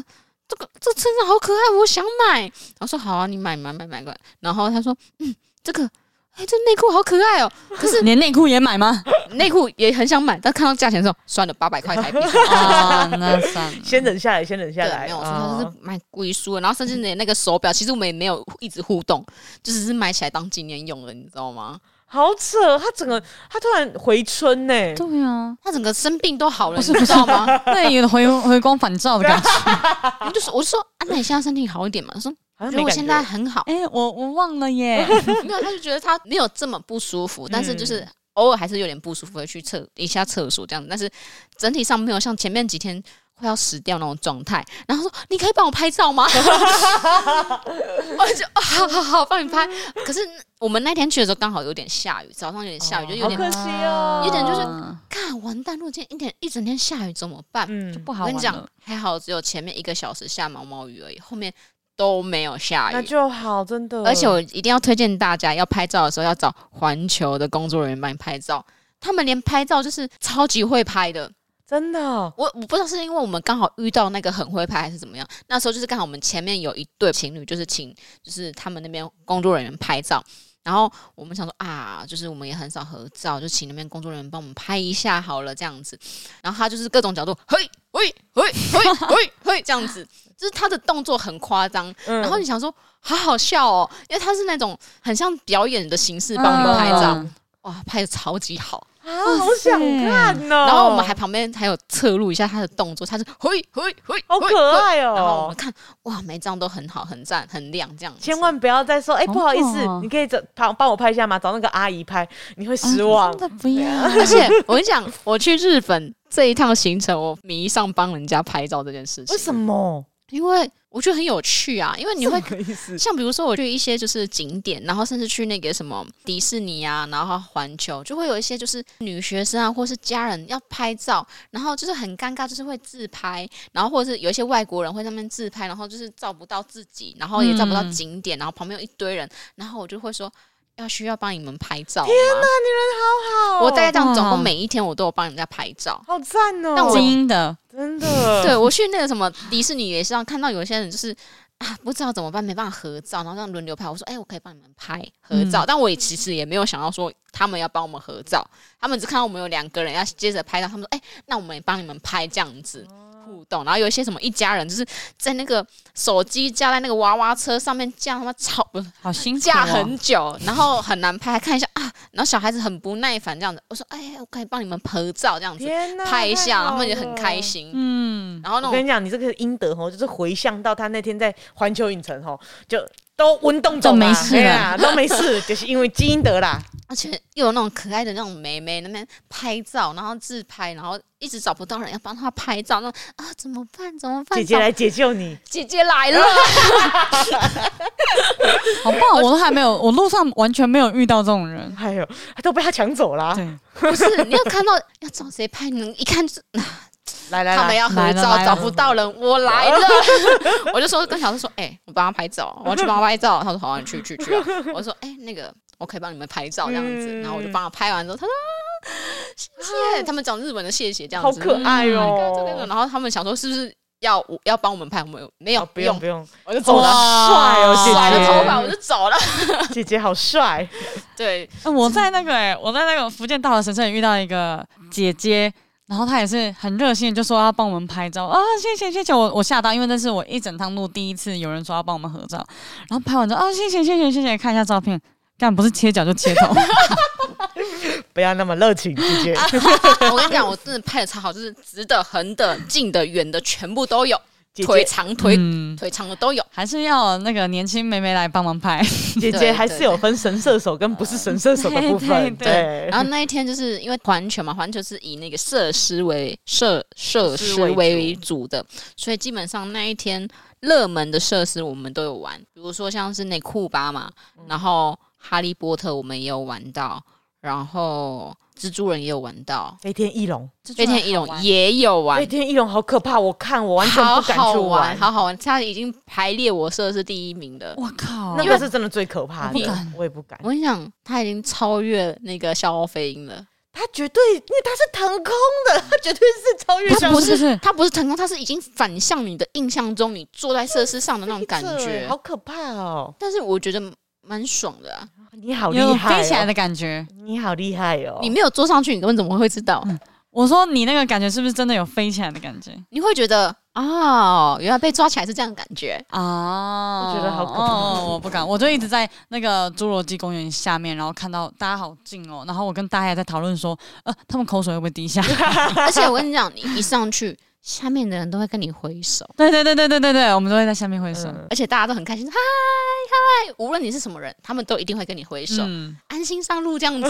D: 这个这个衬衫好可爱，我想买。然后说好啊，你买买买买个。然后他说嗯，这个哎、这内裤好可爱哦，可 是
B: 连内裤也买吗？
D: 内裤也很想买，但看到价钱的时候，算了，八百块台币。
B: 啊，那算了，
C: 先忍下来，先忍下
D: 对，
C: 来。
D: 没有，我说
C: 啊
D: 他就是买龟书的，然后甚至连那个手表，其实我们也没有一直互动，就只是买起来当纪念用了，你知道吗？
C: 好扯，他整个他突然回春呢、
B: 对啊，
D: 他整个生病都好了，
B: 不
D: 你
B: 是
D: 知道吗？
B: 那有点回回光返照的感觉。
D: 我就说，我就说，啊，那你现在身体好一点嘛？他说，
C: 好
D: 我觉
C: 像啊没
D: 得我
C: 感
D: 现在很好，
B: 哎，我我忘了 耶，
D: 没有，他就觉得他没有这么不舒服，但是
C: 嗯
D: 就是偶尔还是有点不舒服，会去厕一下厕所这样子，但是整体上没有像前面几天快要死掉那种状态。然后说，你可以帮我拍照吗？ 我就哦好好好，帮你拍。可是我们那天去的时候刚好有点下雨，早上有点下雨，就有
C: 好
D: 点
C: 可惜
B: 啊
C: 哦，
D: 有点就是看完蛋，如果今天一点一整天下雨怎么办？
C: 嗯，
B: 不好
D: 我
B: 玩
D: 跟你讲
B: 了。，
D: 还好只有前面一个小时下毛毛雨而已，后面都没有下
C: 那
D: 雨。
C: 就好，真的。
D: 而且我一定要推荐大家，要拍照的时候要找环球的工作人员帮你拍照。他们连拍照就是超级会拍的，
C: 真的哦
D: 我我不知道是因为我们刚好遇到那个很会拍还是怎么样。那时候就是刚好我们前面有一对情侣，就是请就是他们那边工作人员拍照，然后我们想说啊，就是我们也很少合照，就请那边工作人员帮我们拍一下好了这样子。然后他就是各种角度，嘿嘿嘿嘿嘿嘿这样子，就是他的动作很夸张。
C: 嗯
D: 然后你想说好好笑哦，因为他是那种很像表演的形式帮我们拍照，
B: 嗯
D: 哇，拍的超级好。
C: 啊，好想看哦。
D: 然后我们还旁边还有侧录一下他的动作，他是嘿嘿嘿，
C: 好
D: 嘿
C: 可。
D: 嘿
C: 爱
D: 然后我
C: 哦
D: 们。看，哇，每张都很好，很赞，很亮，这样子。
C: 千万不要再说，哎、
B: 好
C: 不好意思，
B: 棒哦
C: 你可以找帮帮我拍一下吗？找那个阿姨拍，你会失
D: 啊
C: 望。啊
B: 真的不要，
D: 而且我跟你讲，我去日本这一趟行程，我迷上帮人家拍照这件事情。
C: 为什？么？
D: 因为我觉得很有趣啊，因为你会
C: 什么意思？
D: 像比如说，我去一些就是景点，然后甚至去那个什么迪士尼啊，然后环球，就会有一些就是女学生啊，或是家人要拍照，然后就是很尴尬，就是会自拍，然后或者是有一些外国人会在那边自拍，然后就是照不到自己，然后也照不到
B: 嗯
D: 景点，然后旁边有一堆人，然后我就会说。要需要帮你们拍照吗？
C: 你人好好哦，
D: 我大概这样，总
B: 哇
D: 共每一天我都有帮人家拍照。
C: 好赞哦。
D: 但我
B: 精英的，
C: 真 的
D: 对我去那个什么迪士尼也是这样，看到有些人就是啊不知道怎么办，没办法合照，然后这样轮流拍。我说，哎、我可以帮你们拍合
C: 嗯
D: 照，但我也其实也没有想到说他们要帮我们合照，他们只看到我们有两个人要接着拍照，他们说，哎、那我们也帮你们拍这样子。
C: 哦
D: 互动，然后有一些什么一家人，就是在那个手机架在那个娃娃车上面架，他妈吵不是
B: 好辛苦、哦，
D: 架很久，然后很难拍，还看一下啊，然后小孩子很不耐烦这样子。我说，哎、我可以帮你们合照这样子，
C: 天哪，
D: 拍一
C: 太
D: 下，
C: 好
D: 他们也很开
C: 了。
D: 心。
B: 嗯，
D: 然后那
C: 我
D: 种
C: 跟你讲，你这个应得哦，就是回想到他那天在环球影城哦，就都温动走
B: 都
C: 啦
B: 没事
D: 啊
C: 嘿啦，都 没事，就是因为基因得啦。
D: 而且 又有那种可爱的那种妹妹那边拍照，然后自拍，然后一直找不到人要帮她拍照，那种啊怎么办？怎么办？
C: 姐姐来解救
D: 怎
C: 你，
D: 么，姐姐来 了，
B: 好棒！我都还没有，我路上完全没有遇到这种人。
C: 哎呦，都被他抢走啦。
B: 对，
D: 不是你要看到要找谁拍，你一看就是
C: 来来
D: 他们
C: 来，
D: 要合
B: 来了
D: 照
B: 来了
D: 找不到人，我来 了，我就说跟小四说，哎、我帮他拍照，我要去帮他拍照，他说好、啊，你去去 去啊，我说哎、那个我可以帮你们拍照这样子，
C: 嗯啊
D: 然后我就帮他拍完之后，他说。啊谢谢，他们讲日文的谢谢这样
C: 好
D: 子，
C: 可爱
D: 嗯
C: 哦。
D: 然后他们想说是不是要我要帮我们拍，我们有没有、
C: 哦不用不用，
D: 我就
C: 走
D: 走
C: 了，
D: 了，
B: 哇
C: 帅哦，姐姐
D: 甩了头发
B: 吧
D: 我就 走了。
C: 姐姐好帅，
D: 对，
B: 哎 我在那个、欸、我在那个福建大和神社也遇到一个姐姐，然后她也是很热心，就说要帮我们拍照啊，谢谢谢谢，我我吓到，因为那是我一整趟路第一次有人说要帮我们合照，然后拍完之后啊，谢谢谢谢谢谢，看一下照片，干不是切脚就切头，
C: 不要那么热情，姐姐。
D: 啊我跟你讲，我真的拍的超好，就是直的、横的、近的、远的，全部都有，
C: 姐
D: 腿
C: 姐
D: 长腿、
B: 嗯
D: 腿长的都 有。
B: 还是要那个年轻妹妹来帮忙拍，
C: 姐姐
D: 对
C: 还
D: 对
C: 是有分神射手跟不是神射手的部分，
B: 对对
C: 对
D: 然。后那一天就是因为环球嘛，环球是以那个设施为设设
C: 施
D: 施
C: 为
D: 为主的，所以基本上那一天热门的设施我们都有玩，比如说像是内库巴嘛，
C: 嗯
D: 然后哈利波特我们也有玩到，然后蜘蛛人也有玩到，
C: 飞天翼龙，
D: 飞天翼龙也有玩
C: 飞，天翼龙好可怕，我看我完全不敢
D: 好
C: 去
D: 好玩，好好玩，它已经排列我设是第一名的。
B: 我靠，
C: 那个是真的最可怕
B: 我不
C: 的
B: 敢，
C: 我也不敢
D: 我。跟你讲，它已经超越那个消飞鹰了。
C: 它绝对，因为它是腾空的， 它绝对是超越
D: 它
C: 上
D: 不
B: 不是不
D: 是
B: 是
D: 它不是腾空，它是已经反向你的印象中，你坐在设施上的那种感
C: 对
D: 觉
C: 好。可怕哦！
D: 但是我觉得蛮爽的、啊，
C: 你好厉
B: 有
C: 害哦，
B: 飞起来的感觉。
C: 你好厉害哦！
D: 你没有坐上去，你根本怎么会知道？
B: 我说你那个感觉是不是真的有飞起来的感觉
D: 你会觉得哦，原来被抓起来是这样的感觉。
B: 啊？
C: 我觉得好可怕
B: 哦，我不敢，我就一直在那个侏罗纪公园下面，然后看到大家好近哦，然后我跟大家在讨论说，呃，他们口水会不会滴 下？
D: 而且我跟你讲，你一上去，下面的人都会跟你挥手，
B: 对对对对对对对，我们都会在下面挥手。
C: 嗯
D: 而且大家都很开心，嗨嗨，无论你是什么人，他们都一定会跟你挥手。
B: 嗯，
D: 安心上路这样 子，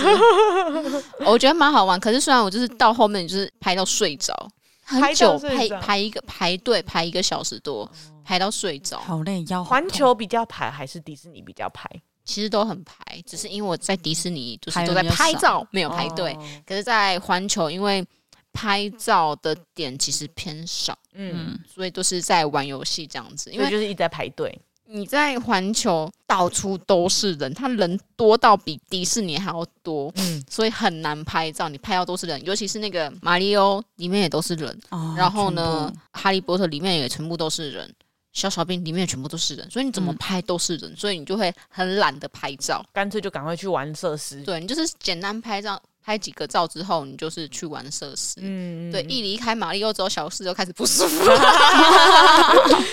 D: 我觉得蛮好玩。可是虽然我就是到后面就是拍到睡着，很
C: 拍到
D: 久
C: 睡
D: 排
C: 着哦
D: 排一个排队排一个小时多，排到睡着，
B: 好累，腰好痛
C: 环球比较排还是迪士尼比较排？
D: 其实都很排，只是因为我在迪士尼就是
B: 排
D: 都
B: 得
D: 在
B: 比较
D: 拍
B: 少
D: 照，没有排队。
C: 哦，
D: 可是，在环球因为拍照的点其实偏少，
C: 嗯，
B: 嗯，
D: 所以都是在玩游戏这样子。因
C: 所以
D: 为
C: 就是一直在排队。
D: 你在环球到处都是人，他人多到比迪士尼还要多，
C: 嗯
D: 所以很难拍照。你拍到都是人，尤其是那个马里奥里面也都是人，
B: 哦
D: 然后呢，，哈利波特里面也全部都是人，小小兵里面也全部都是人，所以你怎么
B: 嗯
D: 拍都是人，所以你就会很懒得拍照。
C: 干脆就赶快去玩设施。
D: 对你就是简单拍照，拍几个照之后，你就是去玩设施。
C: 嗯
D: 对，
C: 嗯
D: 一离开马里奥之后，小四就开始不舒 服了。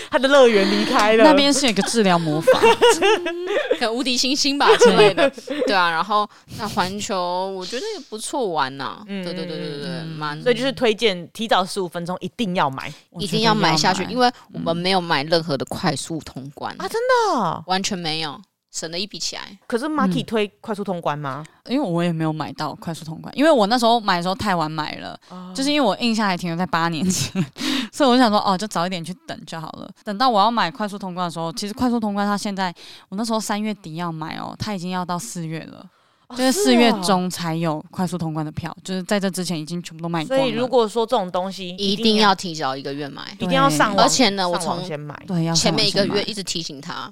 C: 他的乐园离开了，
B: 那边是有一个治疗魔法，
D: 可能无敌星星吧之类的，对啊。然后那环球我觉得也不错玩呐、
C: 嗯
D: 对对对对对，
B: 嗯
D: 蛮
C: 所以就是推荐提早十五分钟一定要买
B: 我
D: 一
B: 觉得
D: 定要买下去，因为我们
B: 嗯
D: 没有买任何的快速通关，
C: 啊！真的哦。
D: 完全没有，省了一笔起来。
C: 可是 Marky 推快速通关吗？
B: 因为我也没有买到快速通关，因为我那时候买的时候太晚买了，
C: 哦
B: 就是因为我印象还停留在八年前， 所以我就想说，哦，就早一点去等就好了。等到我要买快速通关的时候，其实快速通关它现在，我那时候三月底要买哦，它已经要到四月了，
C: 哦
B: 就是四月。
C: 哦
B: 中才有快速通关的票，就是在这之前已经全部都卖光
C: 所
B: 了。
C: 以如果说这种东西
D: 一定要提早一个月买，
C: 一定要上网，
D: 而且呢，我
C: 上网
D: 从
C: 先买。
B: 对要上
D: 前
B: 网
D: 面一个
B: 先买
D: 月，一直提醒他，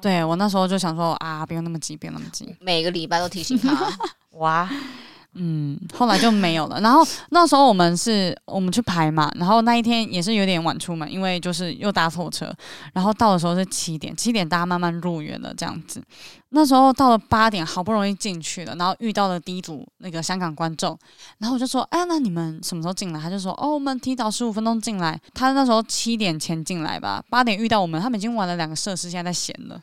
B: 对我那时候就想说啊，不用那么急，不用那么急。
D: 每个礼拜都提醒 他。
C: 哇，
B: 嗯，后来就没有了。然后那时候我们是我们去排嘛，然后那一天也是有点晚出门，因为就是又搭错车，然后到的时候是七点，七点大家慢慢入园了这样子。那时候到了八点，好不容易进去了，然后遇到了第一组那个香港观众，然后我就说：“哎，那你们什么时候进来？”他就说：“哦，我们提早十五分钟进来。”他那时候七点前进来吧，八点遇到我们，他们已经玩了两个设施，现在在闲了。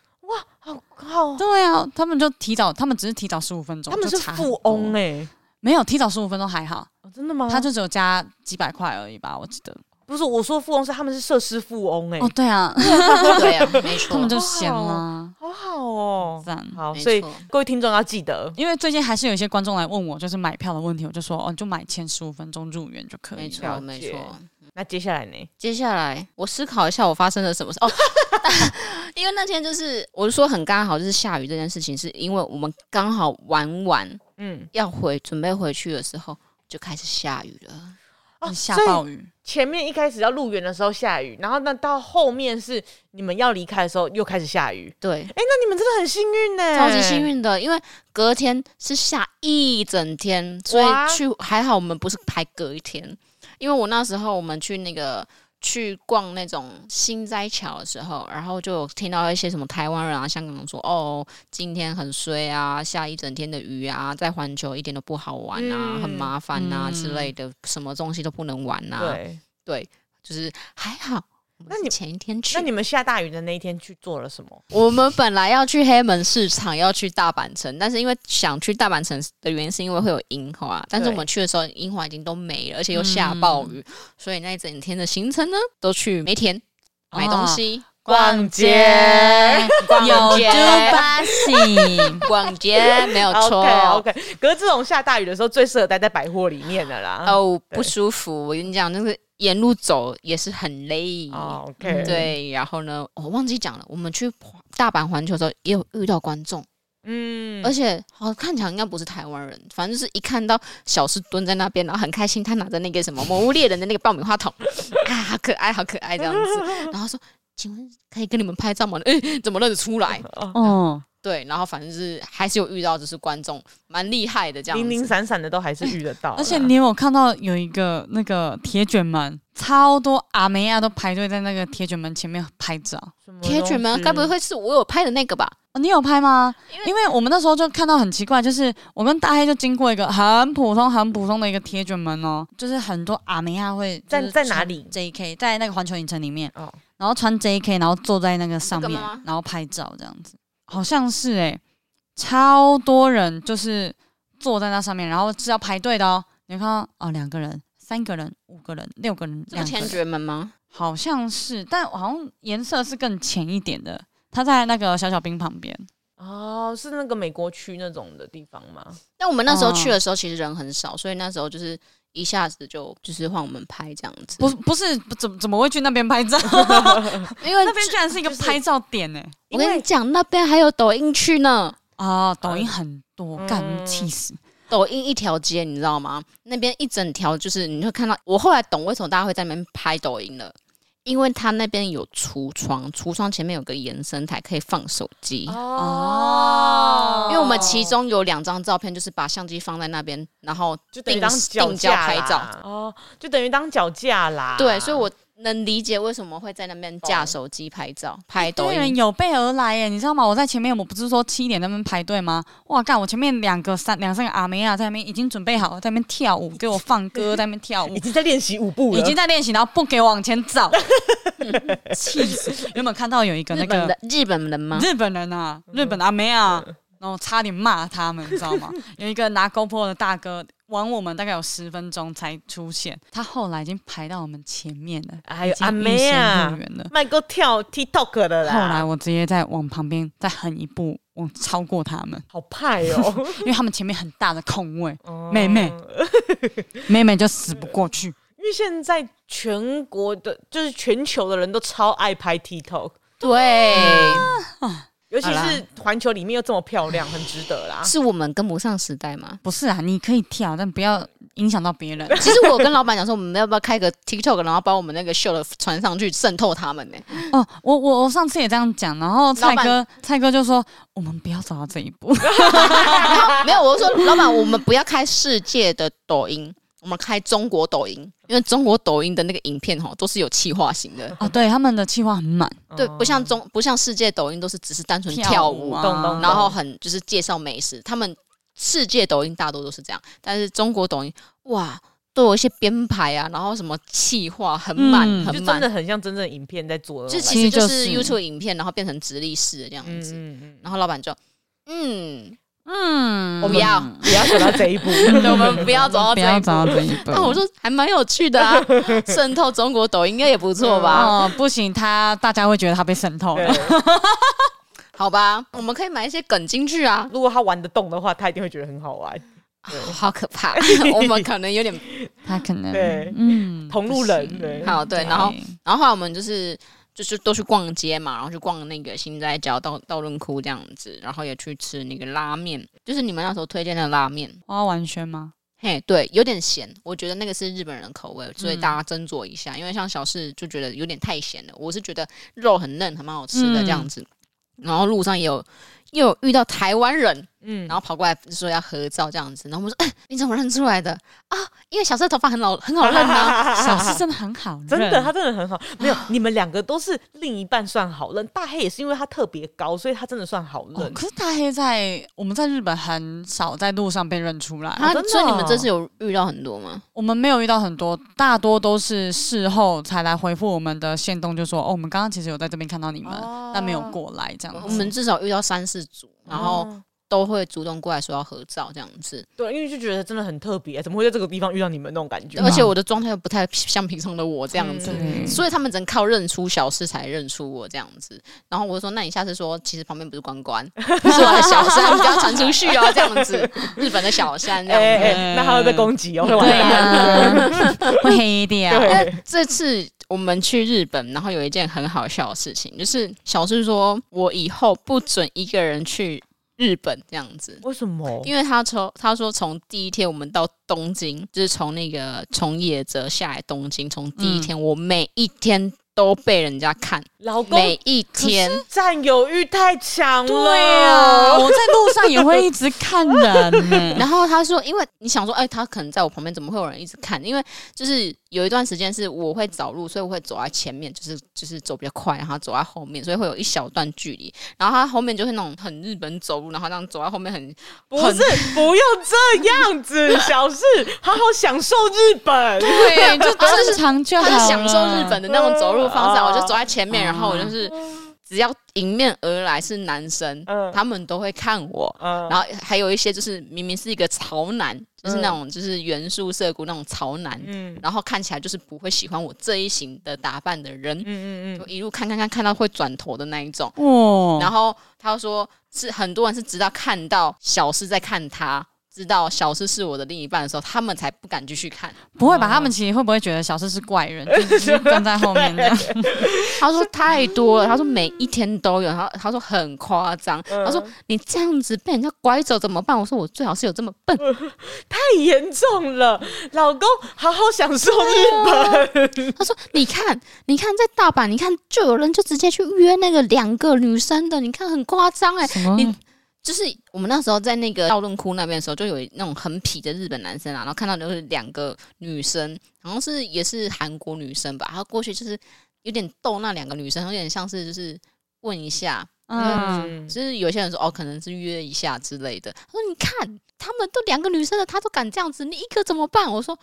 C: 好好，
B: 对啊，他们就提早，他们只是提早十五分钟，
C: 他们是
B: 就差很
C: 富
B: 多
C: 翁哎，
B: 没有提早十五分钟还好。
C: 哦真的吗？
B: 他就只有加几百块而已吧，我记得。
C: 不是我说富翁是他们是设施富翁哎
B: 哦，，对啊，
D: 对啊，没错，
B: 他们就闲啦，
C: 好好哦，
B: 赞。
C: 好，
D: 没
C: 所以
D: 错
C: 各位听众要记得，
B: 因为最近还是有一些观众来问我，就是买票的问题，我就说哦，你就买前十五分钟入园就可以
D: 没
B: 了。
D: 错，没
C: 了
D: 错。
C: 那接下来呢？
D: 接下来我思考一下，我发生了什么事哦。 因为那天就是我说很刚好，就是下雨这件事情，是因为我们刚好玩完
C: 嗯，
D: 要回准备回去的时候就开始下雨了。
C: 哦，
B: 下
C: 所以
B: 暴雨，
C: 前面一开始要入园的时候下雨，然后那到后面是你们要离开的时候又开始下雨，
D: 对，
C: 哎，那你们真的很幸运呢，
D: 超级幸运的，因为隔天是下一整天，所以
C: 哇
D: 去还好我们不是排隔一天，因为我那时候我们去那个去逛那种新斋桥的时候，然后就有听到一些什么台湾人啊、香港人说：“哦，今天很衰啊，下一整天的雨啊，在环球一点都不好玩啊，
C: 嗯
D: 很麻烦啊、
B: 嗯
D: 之类的，什么东西都不能玩啊。
C: 对，”
D: 对，就是还好。我们
C: 那你
D: 是前一天去
C: 那，你们下大雨的那一天去做了什么？
D: 我们本来要去黑门市场，要去大阪城，但是因为想去大阪城的原因是因为会有樱花，但是
C: 对
D: 我们去的时候樱花已经都没了，而且又下暴雨，
C: 嗯
D: 所以那一整天的行程呢，都去梅田买东西、
C: 逛街
D: 逛
B: 有
D: 街
B: 猪巴西，
D: 逛街，没有错。
C: OK OK，可是这种下大雨的时候，最适合待在百货里面的啦。
D: 哦，
C: 对
D: 不舒服，我跟你讲，那个沿路走也是很累。
C: 哦，OK，，
D: 嗯对，然后呢，我忘记讲了，我们去大阪环球的时候也有遇到观众。
C: 嗯
D: 而，且好看起来应该不是台湾人，反正就是一看到小诗蹲在那边，然后很开心，他拿着那个什么《魔物猎人》的那个爆米花筒， 啊，好可爱，好可爱这样 子，然后说。请问可以跟你们拍照吗？哎、怎么认得出来？
B: 哦，
D: 对，然后反正是还是有遇到，就是观众蛮厉害的这样
C: 零零
D: 子。
C: 散散的都还是遇得到啦，
B: 而且你有看到有一个那个铁卷门，超多阿梅亚都排队在那个铁卷门前面拍照。
C: 什么
D: 铁卷
C: 东
D: 门
C: 西
D: 该不会是我有拍的那个吧？
B: 哦、你有拍吗？因为我们那时候就看到很奇怪，就是我跟大黑就经过一个很普通、很普通的一个铁卷门哦，就是很多阿梅亚会
C: 在
B: 就是
C: 在哪
B: 穿
C: 里
B: ？JK 在那个环球影城里面，
C: 哦
B: 然后穿 JK，然后坐在那个上
D: 这
B: 面
D: 个吗，
B: 然后拍照这样子，好像是诶、超多人就是坐在那上面，然后是要排队的哦。你有看到哦，两个人、三个人、五个人、六个人，
D: 这个
B: 两个人
D: 铁卷门吗？
B: 好像是，但好像颜色是更浅一点的。它在那个小小兵旁边，
C: 哦，是那个美国区那种的地方吗？
D: 但我们那时候去
B: 哦
D: 的时候其实人很少，所以那时候就是一下子就就是换我们拍这样子。
B: 不不是不怎怎么会去那边拍 照？
D: 因为
B: 那边居然是一个拍照点欸呢、
D: 我
C: 因
D: 跟
C: 为
D: 你讲，那边还有抖音区呢。哦
B: 啊，抖音很多，干
C: 嗯
B: 气死！
D: 抖音一条街，你知道吗？那边一整条就是，你会看到。我后来懂为什么大家会在那边拍抖音了，因为他那边有橱窗，橱窗前面有个延伸台可以放手机。
C: 哦
D: 因为我们其中有两张照片，就是把相机放在那边，然后
C: 就等于
D: 定
C: 当脚
D: 定焦
C: 架
D: 拍
C: 啦啊
D: 照
C: 哦，就等于当脚架啦。
D: 对，所以我能理解为什么会在那边架
C: 懂
D: 手机拍照、拍抖
B: 堆人
D: 音。
B: 有备而来耶，你知道吗？我在前面，我不是说七点在那边排队吗？哇，干！我前面两个三两三个阿梅啊亚在那边已经准备好，在那边跳舞，给我放歌，在那边 跳舞
C: 已，经在练习舞步了，
B: 已经在练习，然后不给我往前走，气死！原本看到有一个那
D: 日
B: 个
D: 本的日本人吗？
B: 日本人啊，
C: 嗯
B: 日本阿妹啊，然后我差点骂他们，你知道 吗？有一个拿 GoPro 的大哥玩我们大概有十分钟才出现，他后来已经排到我们前面了，
C: 哎呦
B: 已经
C: 阿妹
B: 欲
C: 啊
B: 仙入园了。
C: 麦哥跳 TikTok 的啦。
B: 后来我直接再往旁边再横一步，往超过他 们，
C: 好派哦，
B: 因为他们前面很大的空位，妹 妹妹妹就死不过去。
C: 因为现在全国的，就是全球的人都超爱拍 TikTok，
D: 对，
C: 啊尤其
D: 好啦
C: 是环球里面又这么漂亮，很值得啦。
D: 是我们跟不上时代吗？
B: 不是啊，你可以跳，但不要影响到别人。
D: 其实我跟老板讲说，我们要不要开个 TikTok，然后把我们那个秀的传上去，渗透他们呢、
B: 哦，我我我上次也这样讲，然后蔡
D: 老板
B: 哥蔡哥就说我们不要走到这一步。
D: 没有，我是说老板，我们不要开世界的抖音，我们开中国抖音，因为中国抖音的那个影片哈都是有气化型的，
B: 哦，对，他们的计划很满，
D: 对，
C: 嗯
D: 不像中不像世界抖音都是只是单纯跳
B: 跳
D: 舞，
B: 啊
C: 动动
D: 然后很就是介绍美食，他们世界抖音大多都是这样，但是中国抖音哇都有一些编排啊，然后什么气化很满、
B: 嗯
C: 就
D: 很
C: 真的
D: 满，
C: 很像真正影片在做的
D: 就
C: 那种
D: 其实
B: 其
D: 就是
B: 实就是
D: YouTube 影片，然后变成直立式的这样
C: 感觉，
D: 子，
C: 嗯嗯嗯，
D: 然后老板就嗯，
B: 嗯，
D: 我不要，
C: 不要走到这一步，
D: 对我们不要走到
B: 不
D: 这一
B: 要
D: 步
B: 走到这一步。
D: 那我说还蛮有趣的啊， 渗透中国抖音应该也不错吧？
B: 哦，不行，他大家会觉得他被渗透
C: 对
B: 了。，
D: 好吧，我们可以买一些梗进去啊。
C: 如果他玩得动的话，他一定会觉得很好玩。
D: 好可怕， 我们可能有 点
B: 他可能
C: 对
B: 嗯
C: 同路人对
D: 好对然后然后后来我们就是就是都去逛街嘛，然后去逛那个新斋桥道道论窟这样子，然后也去吃那个拉面，就是你们那时候推荐的拉面。
B: 花完轩吗？
D: 嘿，对，有点咸，我觉得那个是日本人的口味，所以
B: 嗯
D: 大家斟酌一下。因为像小四就觉得有点太咸了，我是觉得肉很嫩，还蛮好吃的这样
B: 嗯
D: 子。然后路上也有又有遇到台湾人，
C: 嗯
D: 然，后跑过来说要合照这样子，然后我们说、哎，你怎么认出来的啊？因为小四的头发很老，很好认 啊。
B: 小四真的很好认，
C: 真的，他真的很好。没有，你们两个都是另一半算好认，大黑也是因为他特别高，所以他真的算好
B: 哦
C: 认。
B: 可是大黑在我们在日本很少在路上被认出来，
D: 然后
C: 真的
D: 啊所以你们
C: 哦
D: 这次有遇到很多吗？
B: 我们没有遇到很多，大多都是事后才来回复我们的线动，就说哦，我们刚刚其实有在这边看到你们，
C: 哦
B: 但没有过来这样子。
D: 哦我们至少遇到三四组，然后
C: 嗯哦
D: 都会主动过来说要合照这样子。
C: 对，因为就觉得真的很特别，怎么会在这个地方遇到你们那种感觉？
D: 而且我的状态又不太像平常的我这样子，
B: 嗯对
D: 所以他们只能靠认出小事才认出我这样子。然后我就说：“那你下次说，其实旁边不是关关，是我的小山，你不要传出去哦。”这样子，日本的小山这
C: 哎哎
D: 样子。
C: 哎，那他会被攻击哦，会
B: 嗯
C: 完
B: 对啊
C: 蛋。
D: 啊
B: 呀、会黑掉。
D: 那
C: 对，
D: 这次我们去日本，然后有一件很好笑的事情，就是小智说：“我以后不准一个人去日本这样子。”
C: 为什么？
D: 因为他从他说从第一天我们到东京，就是从那个从野泽下来东京，从第一天、我每一天都被人家看，
C: 老公
D: 每一天
C: 占有欲太强了。
B: 对啊呀、
D: 啊
B: 我在路上也会一直看人呢、
D: 然后他说，因为你想说，哎、他可能在我旁边，怎么会有人一直看？因为就是有一段时间是我会找路，所以我会走在前面，就是就是走比较快，然后走在后面，所以会有一小段距离。然后他后面就会那种很日本走路，然后这样走在后面很
C: 不是，不要这样子，小事，好好享受日本。
B: 对，就正常 就好
D: 他
B: 了。
D: 是享受日本的那种走路方式啊，
C: 哦
D: 我就走在前面，
B: 哦
D: 然后我就是只要迎面而来是男生，
C: 啊嗯
D: 他们都会看我。
C: 嗯
D: 然后还有一些就是明明是一个潮男，就是那种就是元素涩谷那种潮男，
C: 嗯
D: 然后看起来就是不会喜欢我这一型的打扮的人，
C: 嗯嗯
D: 就
C: 嗯，
D: 一路看看看看到会转头的那一种。
B: 哦，
D: 然后他说是很多人是直到看到小四在看他，知道小四是我的另一半的时候，他们才不敢继续看。
B: 不会吧？他们其实会不会觉得小四是怪 人，就只是跟在后面这样？
D: 他说太多了，他说每一天都有，然后他说很夸张，
C: 嗯
D: 他说你这样子被人家拐走怎么办？我说我最好是有这么笨，
C: 太严重了，老公，好好享受日本。
D: 他说你看你看在大阪，你看就有人就直接去约那个两个女生的，你看很夸张哎、
B: 什么
D: 你就是我们那时候在那个道顿窟那边的时候，就有那种很痞的日本男生啊，然后看到就是两个女生，好像是也是韩国女生吧，他过去就是有点逗那两个女生，有点像是就是问一下，
B: 嗯，
D: 就是有些人说哦，可能是约一下之类的。他说你看，他们都两个女生了，他都敢这样子，你一个怎么办？我说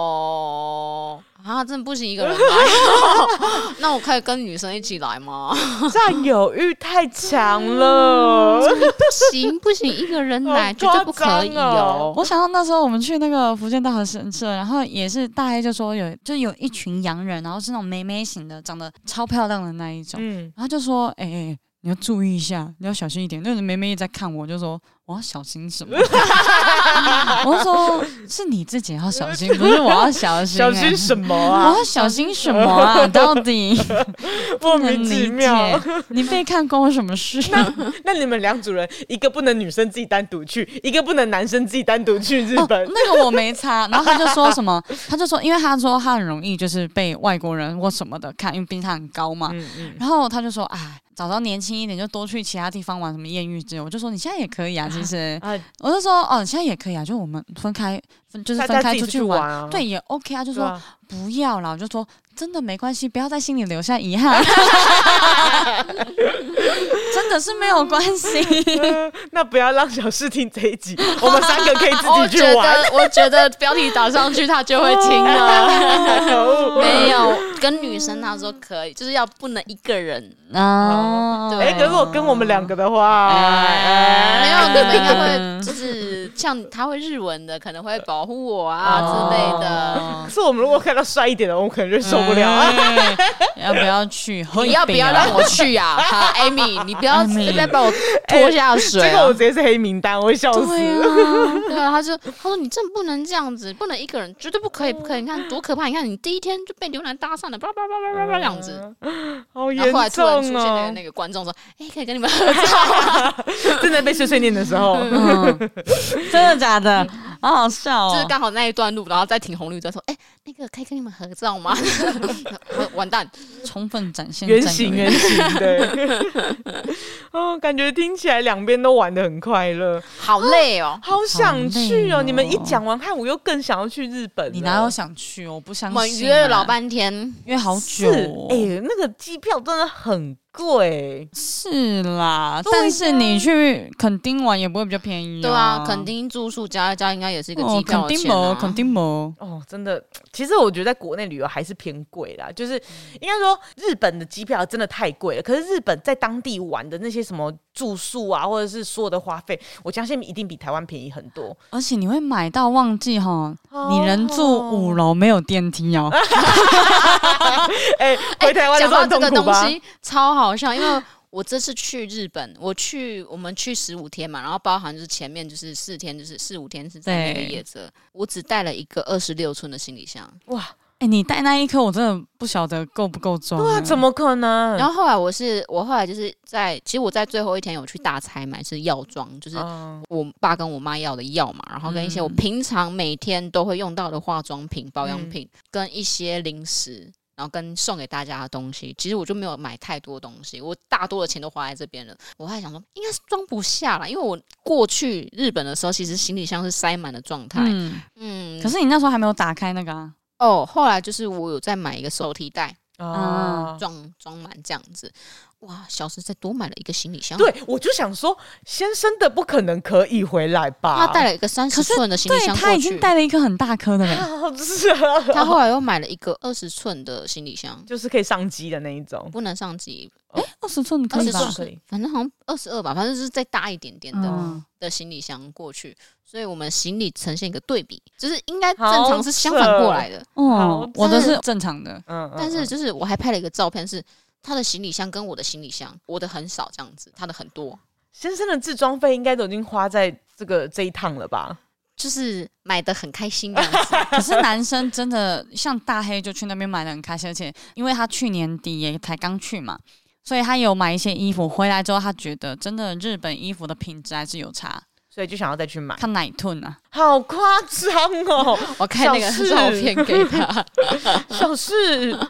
D: 哦，啊，真的不行一个人来， 那我可以跟女生一起来吗？
C: 占有欲太强了。
D: 嗯不行不行，一个人来绝对不可以
C: 好夸张
D: 哦。
B: 我想到那时候我们去那个福建大和神社，然后也是大黑就说有就有一群洋人，然后是那种妹妹型的，长得超漂亮的那一种，
C: 嗯，
B: 然后就说哎、哎你要注意一下，你要小心一点。那个妹妹一直在看我，就说我要小心什么？ 我就说是你自己要小心，不是我要小心、
C: 小心什
B: 么？
C: 么
B: 我
C: 啊？
B: 要小心什么啊？到底
C: 莫
B: 哦不能
C: 名其
B: 理
C: 妙
B: 解。，你被看关我什么事？
C: 那你们两组人，一个不能女生自己单独去，一个不能男生自己单独去日本。
B: 哦那个我没擦，然后他就说什么，他就说，因为他说他很容易就是被外国人或什么的看，因为毕竟他很高嘛。
C: 嗯嗯，
B: 然后他就说，哎，早知道年轻一点就多去其他地方玩什么艳遇之类。我就说你现在也可以啊，其实，
C: 啊，
B: 我就说哦，你现在也可以啊，就我们分开，分就是
C: 大
B: 分
C: 家
B: 开
C: 自己
B: 出
C: 出去
B: 去玩，
C: 啊。
B: 对，也 OK 啊。就
C: 对
B: 说
C: 啊，
B: 不要啦，我就说真的没关系，不要在心里留下遗 憾，真的是没有关系。
C: 啊那不要让小事听这一集，我们三个可以
D: 我
C: 哦自己
D: 觉
C: 去玩。
D: 得，我觉得标题打上去，他就会听了。
C: 可恶！
D: 没有跟女生，他说可以，就是要不能一个人。
B: 啊，
D: 对
C: 哎，可是我跟我们两个的话，
B: 哎
D: 没
C: 哎
D: 有，你们应该会就是像他会日文的，可能会保护我啊之类的。
B: 哦
C: 可是我们如果看到帅一点的，我们可能就受不了 啊。
B: 哎 要不要去？
D: 你要不要让我 去啊？哈，Amy，你不要
B: Amy
D: 再把我拖下水
C: 结果
D: 啊
C: 我！直接是黑名单，我会笑死。
B: 对啊，
D: 对啊，他就他说你真的不能这样子，不能一个人，绝对不可以，不可以！你看多可怕！你看你第一天就被牛腩搭讪了，叭叭叭叭
B: 嗯
D: 叭叭这样
B: 啊
D: 子。
C: 好
D: 然后
C: 严
D: 后来突然出
C: 重
D: 现了
C: 哦！
D: 那个观众说：“哎，可以跟你们合照。
C: 正在被碎碎念的时候，
B: 嗯真的假的？好好笑”
D: 就是
B: 哦！
D: 刚好那一段路，然后再停红绿灯说：“哎，那个可以跟你们合照吗？ 完完蛋，
B: 充分展现
C: 圆
B: 占有
C: 形
B: 欲
C: 圆形对， 哦，感觉听起来两边都玩的很快乐，
D: 好累哦。
C: 好想去
B: 好累哦
C: 哦！你们一讲完，害我又更想要去日本了。
B: 你哪有想去？我不相
D: 我
B: 信、啊。
D: 们约了老，半天，
B: 约好久、
C: 是？
B: 哦。
C: 哎、那个机票真的很贵，
B: 是啦，
C: 对
B: 但是你去垦丁玩也不会比较便宜、
D: 对啊，垦丁住宿加一加，应该也是一个
B: 哦
D: 机，票
B: 垦
D: 的
B: 丁
D: 钱
B: 没，
D: 啊。
B: 垦丁没。
C: 哦，真的，其实我觉得在国内旅游还是偏贵啦，就是
D: 嗯
C: 应该说日本的机票真的太贵了。可是日本在当地玩的那些什么住宿啊，或者是所有的花费，我相信一定比台湾便宜很多。
B: 而且你会买到忘记哈，
D: 哦
B: 你人住五楼没有电梯哦，
D: 啊
C: 哎、
D: 哎
C: 回台湾的
D: 讲
C: 时候
D: 到这
C: 很痛
D: 个
C: 苦
D: 东
C: 吧？
D: 西超好笑，因为 我这次去日本，我去我们去十五天嘛，然后包含就是前面就是四天，就是四五天是在那个
B: 对
D: 夜车，我只带了一个二十六寸的行李箱。
B: 哎、你带那一颗我真的不晓得够不够装、
C: 对啊，
B: 哎
C: 怎么可能？
D: 嗯然后后来我是我后来就是在，其实我在最后一天有去大拆买是药妆，就是
C: 嗯
D: 我爸跟我妈要的药嘛，然后跟一些我
B: 嗯
D: 平常每天都会用到的化妆品、保养品，跟一些零食，然后跟送给大家的东西。其实我就没有买太多东西，我大多的钱都花在这边了。我还想说，应该是装不下了，因为我过去日本的时候，其实行李箱是塞满的状态。
B: 嗯，
D: 嗯，
B: 可是你那时候还没有打开那个啊，
D: 哦，后来就是我有再买一个手提袋，
B: 哦
C: 啊，
D: 装装满这样子。哇，小时再多买了一个行李箱，
C: 对，我就想说，先生的不可能可以回来吧？
D: 他 带了一个三十
B: 可是
D: 寸的行
B: 对
D: 李箱过去。
B: 他已经带了一颗很大颗的了，
C: 啊，是啊，
D: 他后来又买了一个二十寸的行李箱，
C: 就是可以上机的那一种，
D: 不能上机，
B: 二十寸可
D: 二
B: 以
D: 十
B: 吧
D: 寸？
C: 可以
D: 反正好像二十二吧，反正就是再大一点点的、
B: 嗯，
D: 的行李箱过去，所以我们行李呈现一个对比，就是应该正
C: 好
D: 常是相反过来的，
B: 哦
C: 好，
B: 我的
D: 真
B: 是
D: 的
B: 正常的，
C: 嗯，嗯
D: 但是
C: 嗯
D: 就是我还拍了一个照片是。他的行李箱跟我的行李箱，我的很少这样子，他的很多，
C: 先生的自装费应该都已经花在这个这一趟了吧？
D: 就是买的很开心这样 子。
B: 可是男生真的像大黑就去那边买的很开心，而且因为他去年底也才刚去嘛，所以他有买一些衣服回来之后，他觉得真的日本衣服的品质还是有差，
C: 所以就想要再去买，
B: 看奶吞啊，
C: 好夸张 哦，
D: 我看那个
C: 小事
D: 照片给他，
C: 小事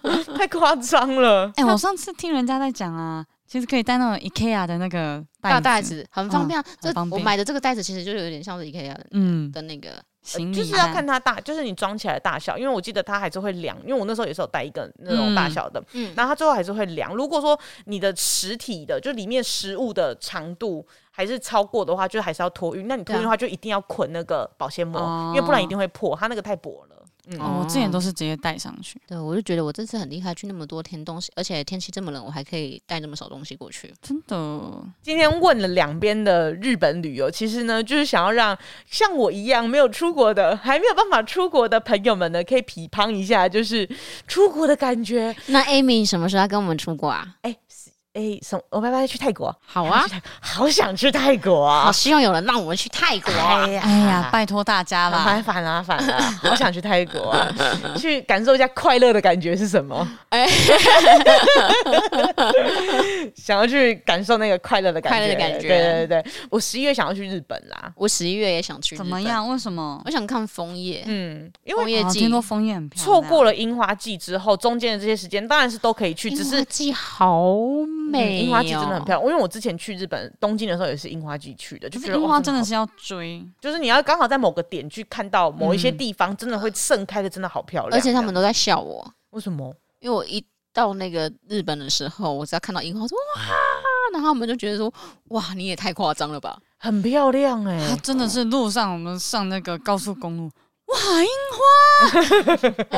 C: 太夸张了。
B: 哎、我上次听人家在讲啊，其实可以带那种 IKEA 的那个
D: 大 袋
B: 袋子，嗯
D: 子很方便啊。这
B: 很方
D: 我
B: 便
D: 买的这个袋子其实就有点像是 IKEA
B: 嗯，
D: 的那个
B: 行李啊
C: 就是
B: 袋
D: 嗯
C: 要看它大，就是你装起来的大小，因为我记得它还是会量，因为我那时候也是有带一个那种大小的，
D: 嗯
C: 然后它最后还是会量。如果说你的实体的，就里面食物的长度还是超过的话，就还是要托运。那你托运的
D: 啊
C: 话，就一定要捆那个保鲜膜，
B: 哦
C: 因为不然一定会破，它那个太薄了。嗯，
B: 哦，我之前都是直接带上去，
D: 对，我就觉得我这次很厉害，去那么多天东西，而且天气这么冷，我还可以带那么少东西过去。
B: 真的，
C: 今天问了两边的日本旅游，其实呢，就是想要让像我一样没有出国的、还没有办法出国的朋友们呢，可以批判一下，就是出国的感觉。
D: 那 Amy 什么时候要跟我们出国啊？
C: 哎、是哎，什么？我拜拜去泰国，
D: 好啊，
C: 好想去泰国
D: 好
C: 啊！
D: 希望有人让我们去泰国啊、
C: 呀
B: 哎 呀，拜托大家
C: 好麻
B: 啦，
C: 烦啊，烦 啊！好想去泰国啊，去感受一下快乐的感觉是什么？哎
D: 哎，
C: 想要去感受那个快乐的感觉，
D: 快乐的感觉
C: 对对对，我十一月想要去日本啦。
D: 我十一月也想去，
B: 怎么？样？为什么？
D: 我想看枫叶，
C: 嗯，因为
D: 枫叶
B: 哦
D: 季
B: 听说枫叶很漂亮，
C: 错过了樱花季之后，中间的这些时间当然是都可以去，只
D: 樱
C: 是
D: 花季好美、哦，
C: 嗯樱花季真的很漂亮。因为我之前去日本东京的时候也是樱花季去的，就
B: 可
C: 觉
B: 是
C: 得
B: 樱
C: 哇
B: 花真的
C: 好
B: 是要追，
C: 就是你要刚好在某个点去看到某一些
B: 嗯
C: 地方真的会盛开的，真的好漂亮。
D: 而且他们都在笑我，
C: 为什么？
D: 因为我一到那个日本的时候，我只要看到樱花，我说哇，然后他们就觉得说哇，你也太夸张了吧。
C: 很漂亮哎、
B: 它真的是路上我们上那个高速公路，哇，樱花！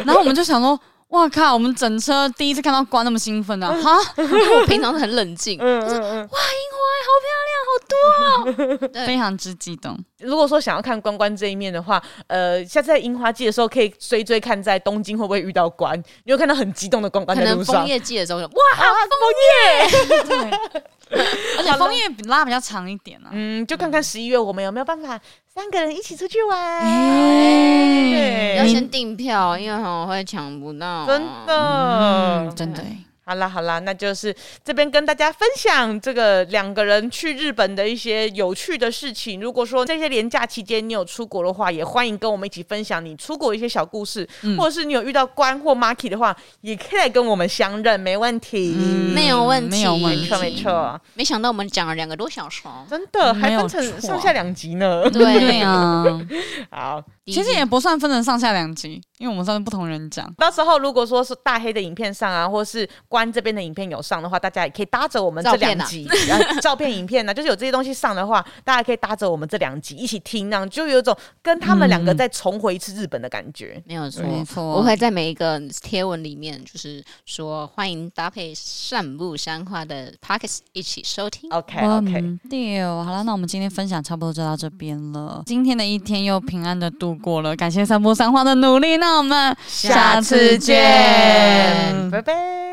B: 然后我们就想说，哇靠，我们整车第一次看到瓜那么兴 奋啊！哈，
D: 因为我平常是很冷静，
C: 嗯嗯嗯。
B: 啊非常之激动。
C: 如果说想要看关关这一面的话，呃，下次在樱花季的时候可以追追看，在东京会不会遇到关？你会看到很激动的关关
D: 可
C: 在
D: 能
C: 路上
D: 枫。叶季的时候就哇，
C: 啊，枫叶！
B: 对，而且枫叶比拉比较长一点啊。
C: 嗯，就看看十一月我们有没有办法三个人一起出去玩。
B: 哎
D: 要
C: 对
D: 先订票，因为我会抢不到。
C: 哎
D: 啊
C: 真的，
B: 嗯，真的欸，
C: 好啦好啦，那就是这边跟大家分享这个两个人去日本的一些有趣的事情。如果说这些年假期间你有出国的话，也欢迎跟我们一起分享你出国一些小故事，
B: 嗯
C: 或者是你有遇到关或 Marky 的话，也可以来跟我们相认，没问题。
B: 嗯
D: 嗯没有问题
B: 没有问
C: 没
B: 题
C: 错，没错，
D: 没想到我们讲了两个多小时哦。
C: 真的还
B: 没有
C: 分成
B: 错
C: 上下两集呢。
B: 对 啊，
C: 好，
D: 第一
B: 其实
D: 集
B: 也不算分成上下两集，因为我们算是不同人讲。
C: 到时候如果说是大黑的影片上啊，或是关这边的影片有上的话，大家也可以搭着我们这两集，然后 照片、影片呢、就是有这些东西上的话，大家可以搭着我们这两集一起听、啊，就有一种跟他们两个再重回一次日本的感觉。
D: 没有错，
B: 没错
D: 我会在每一个贴文里面，就是说欢迎搭配散步山花的 pockets 一起收听。
C: OK OK，、
B: 嗯六，好了，那我们今天分享差不多就到这边了。今天的一天又平安的度过了，感谢三波三花的努力。那我们
C: 下次见，拜拜。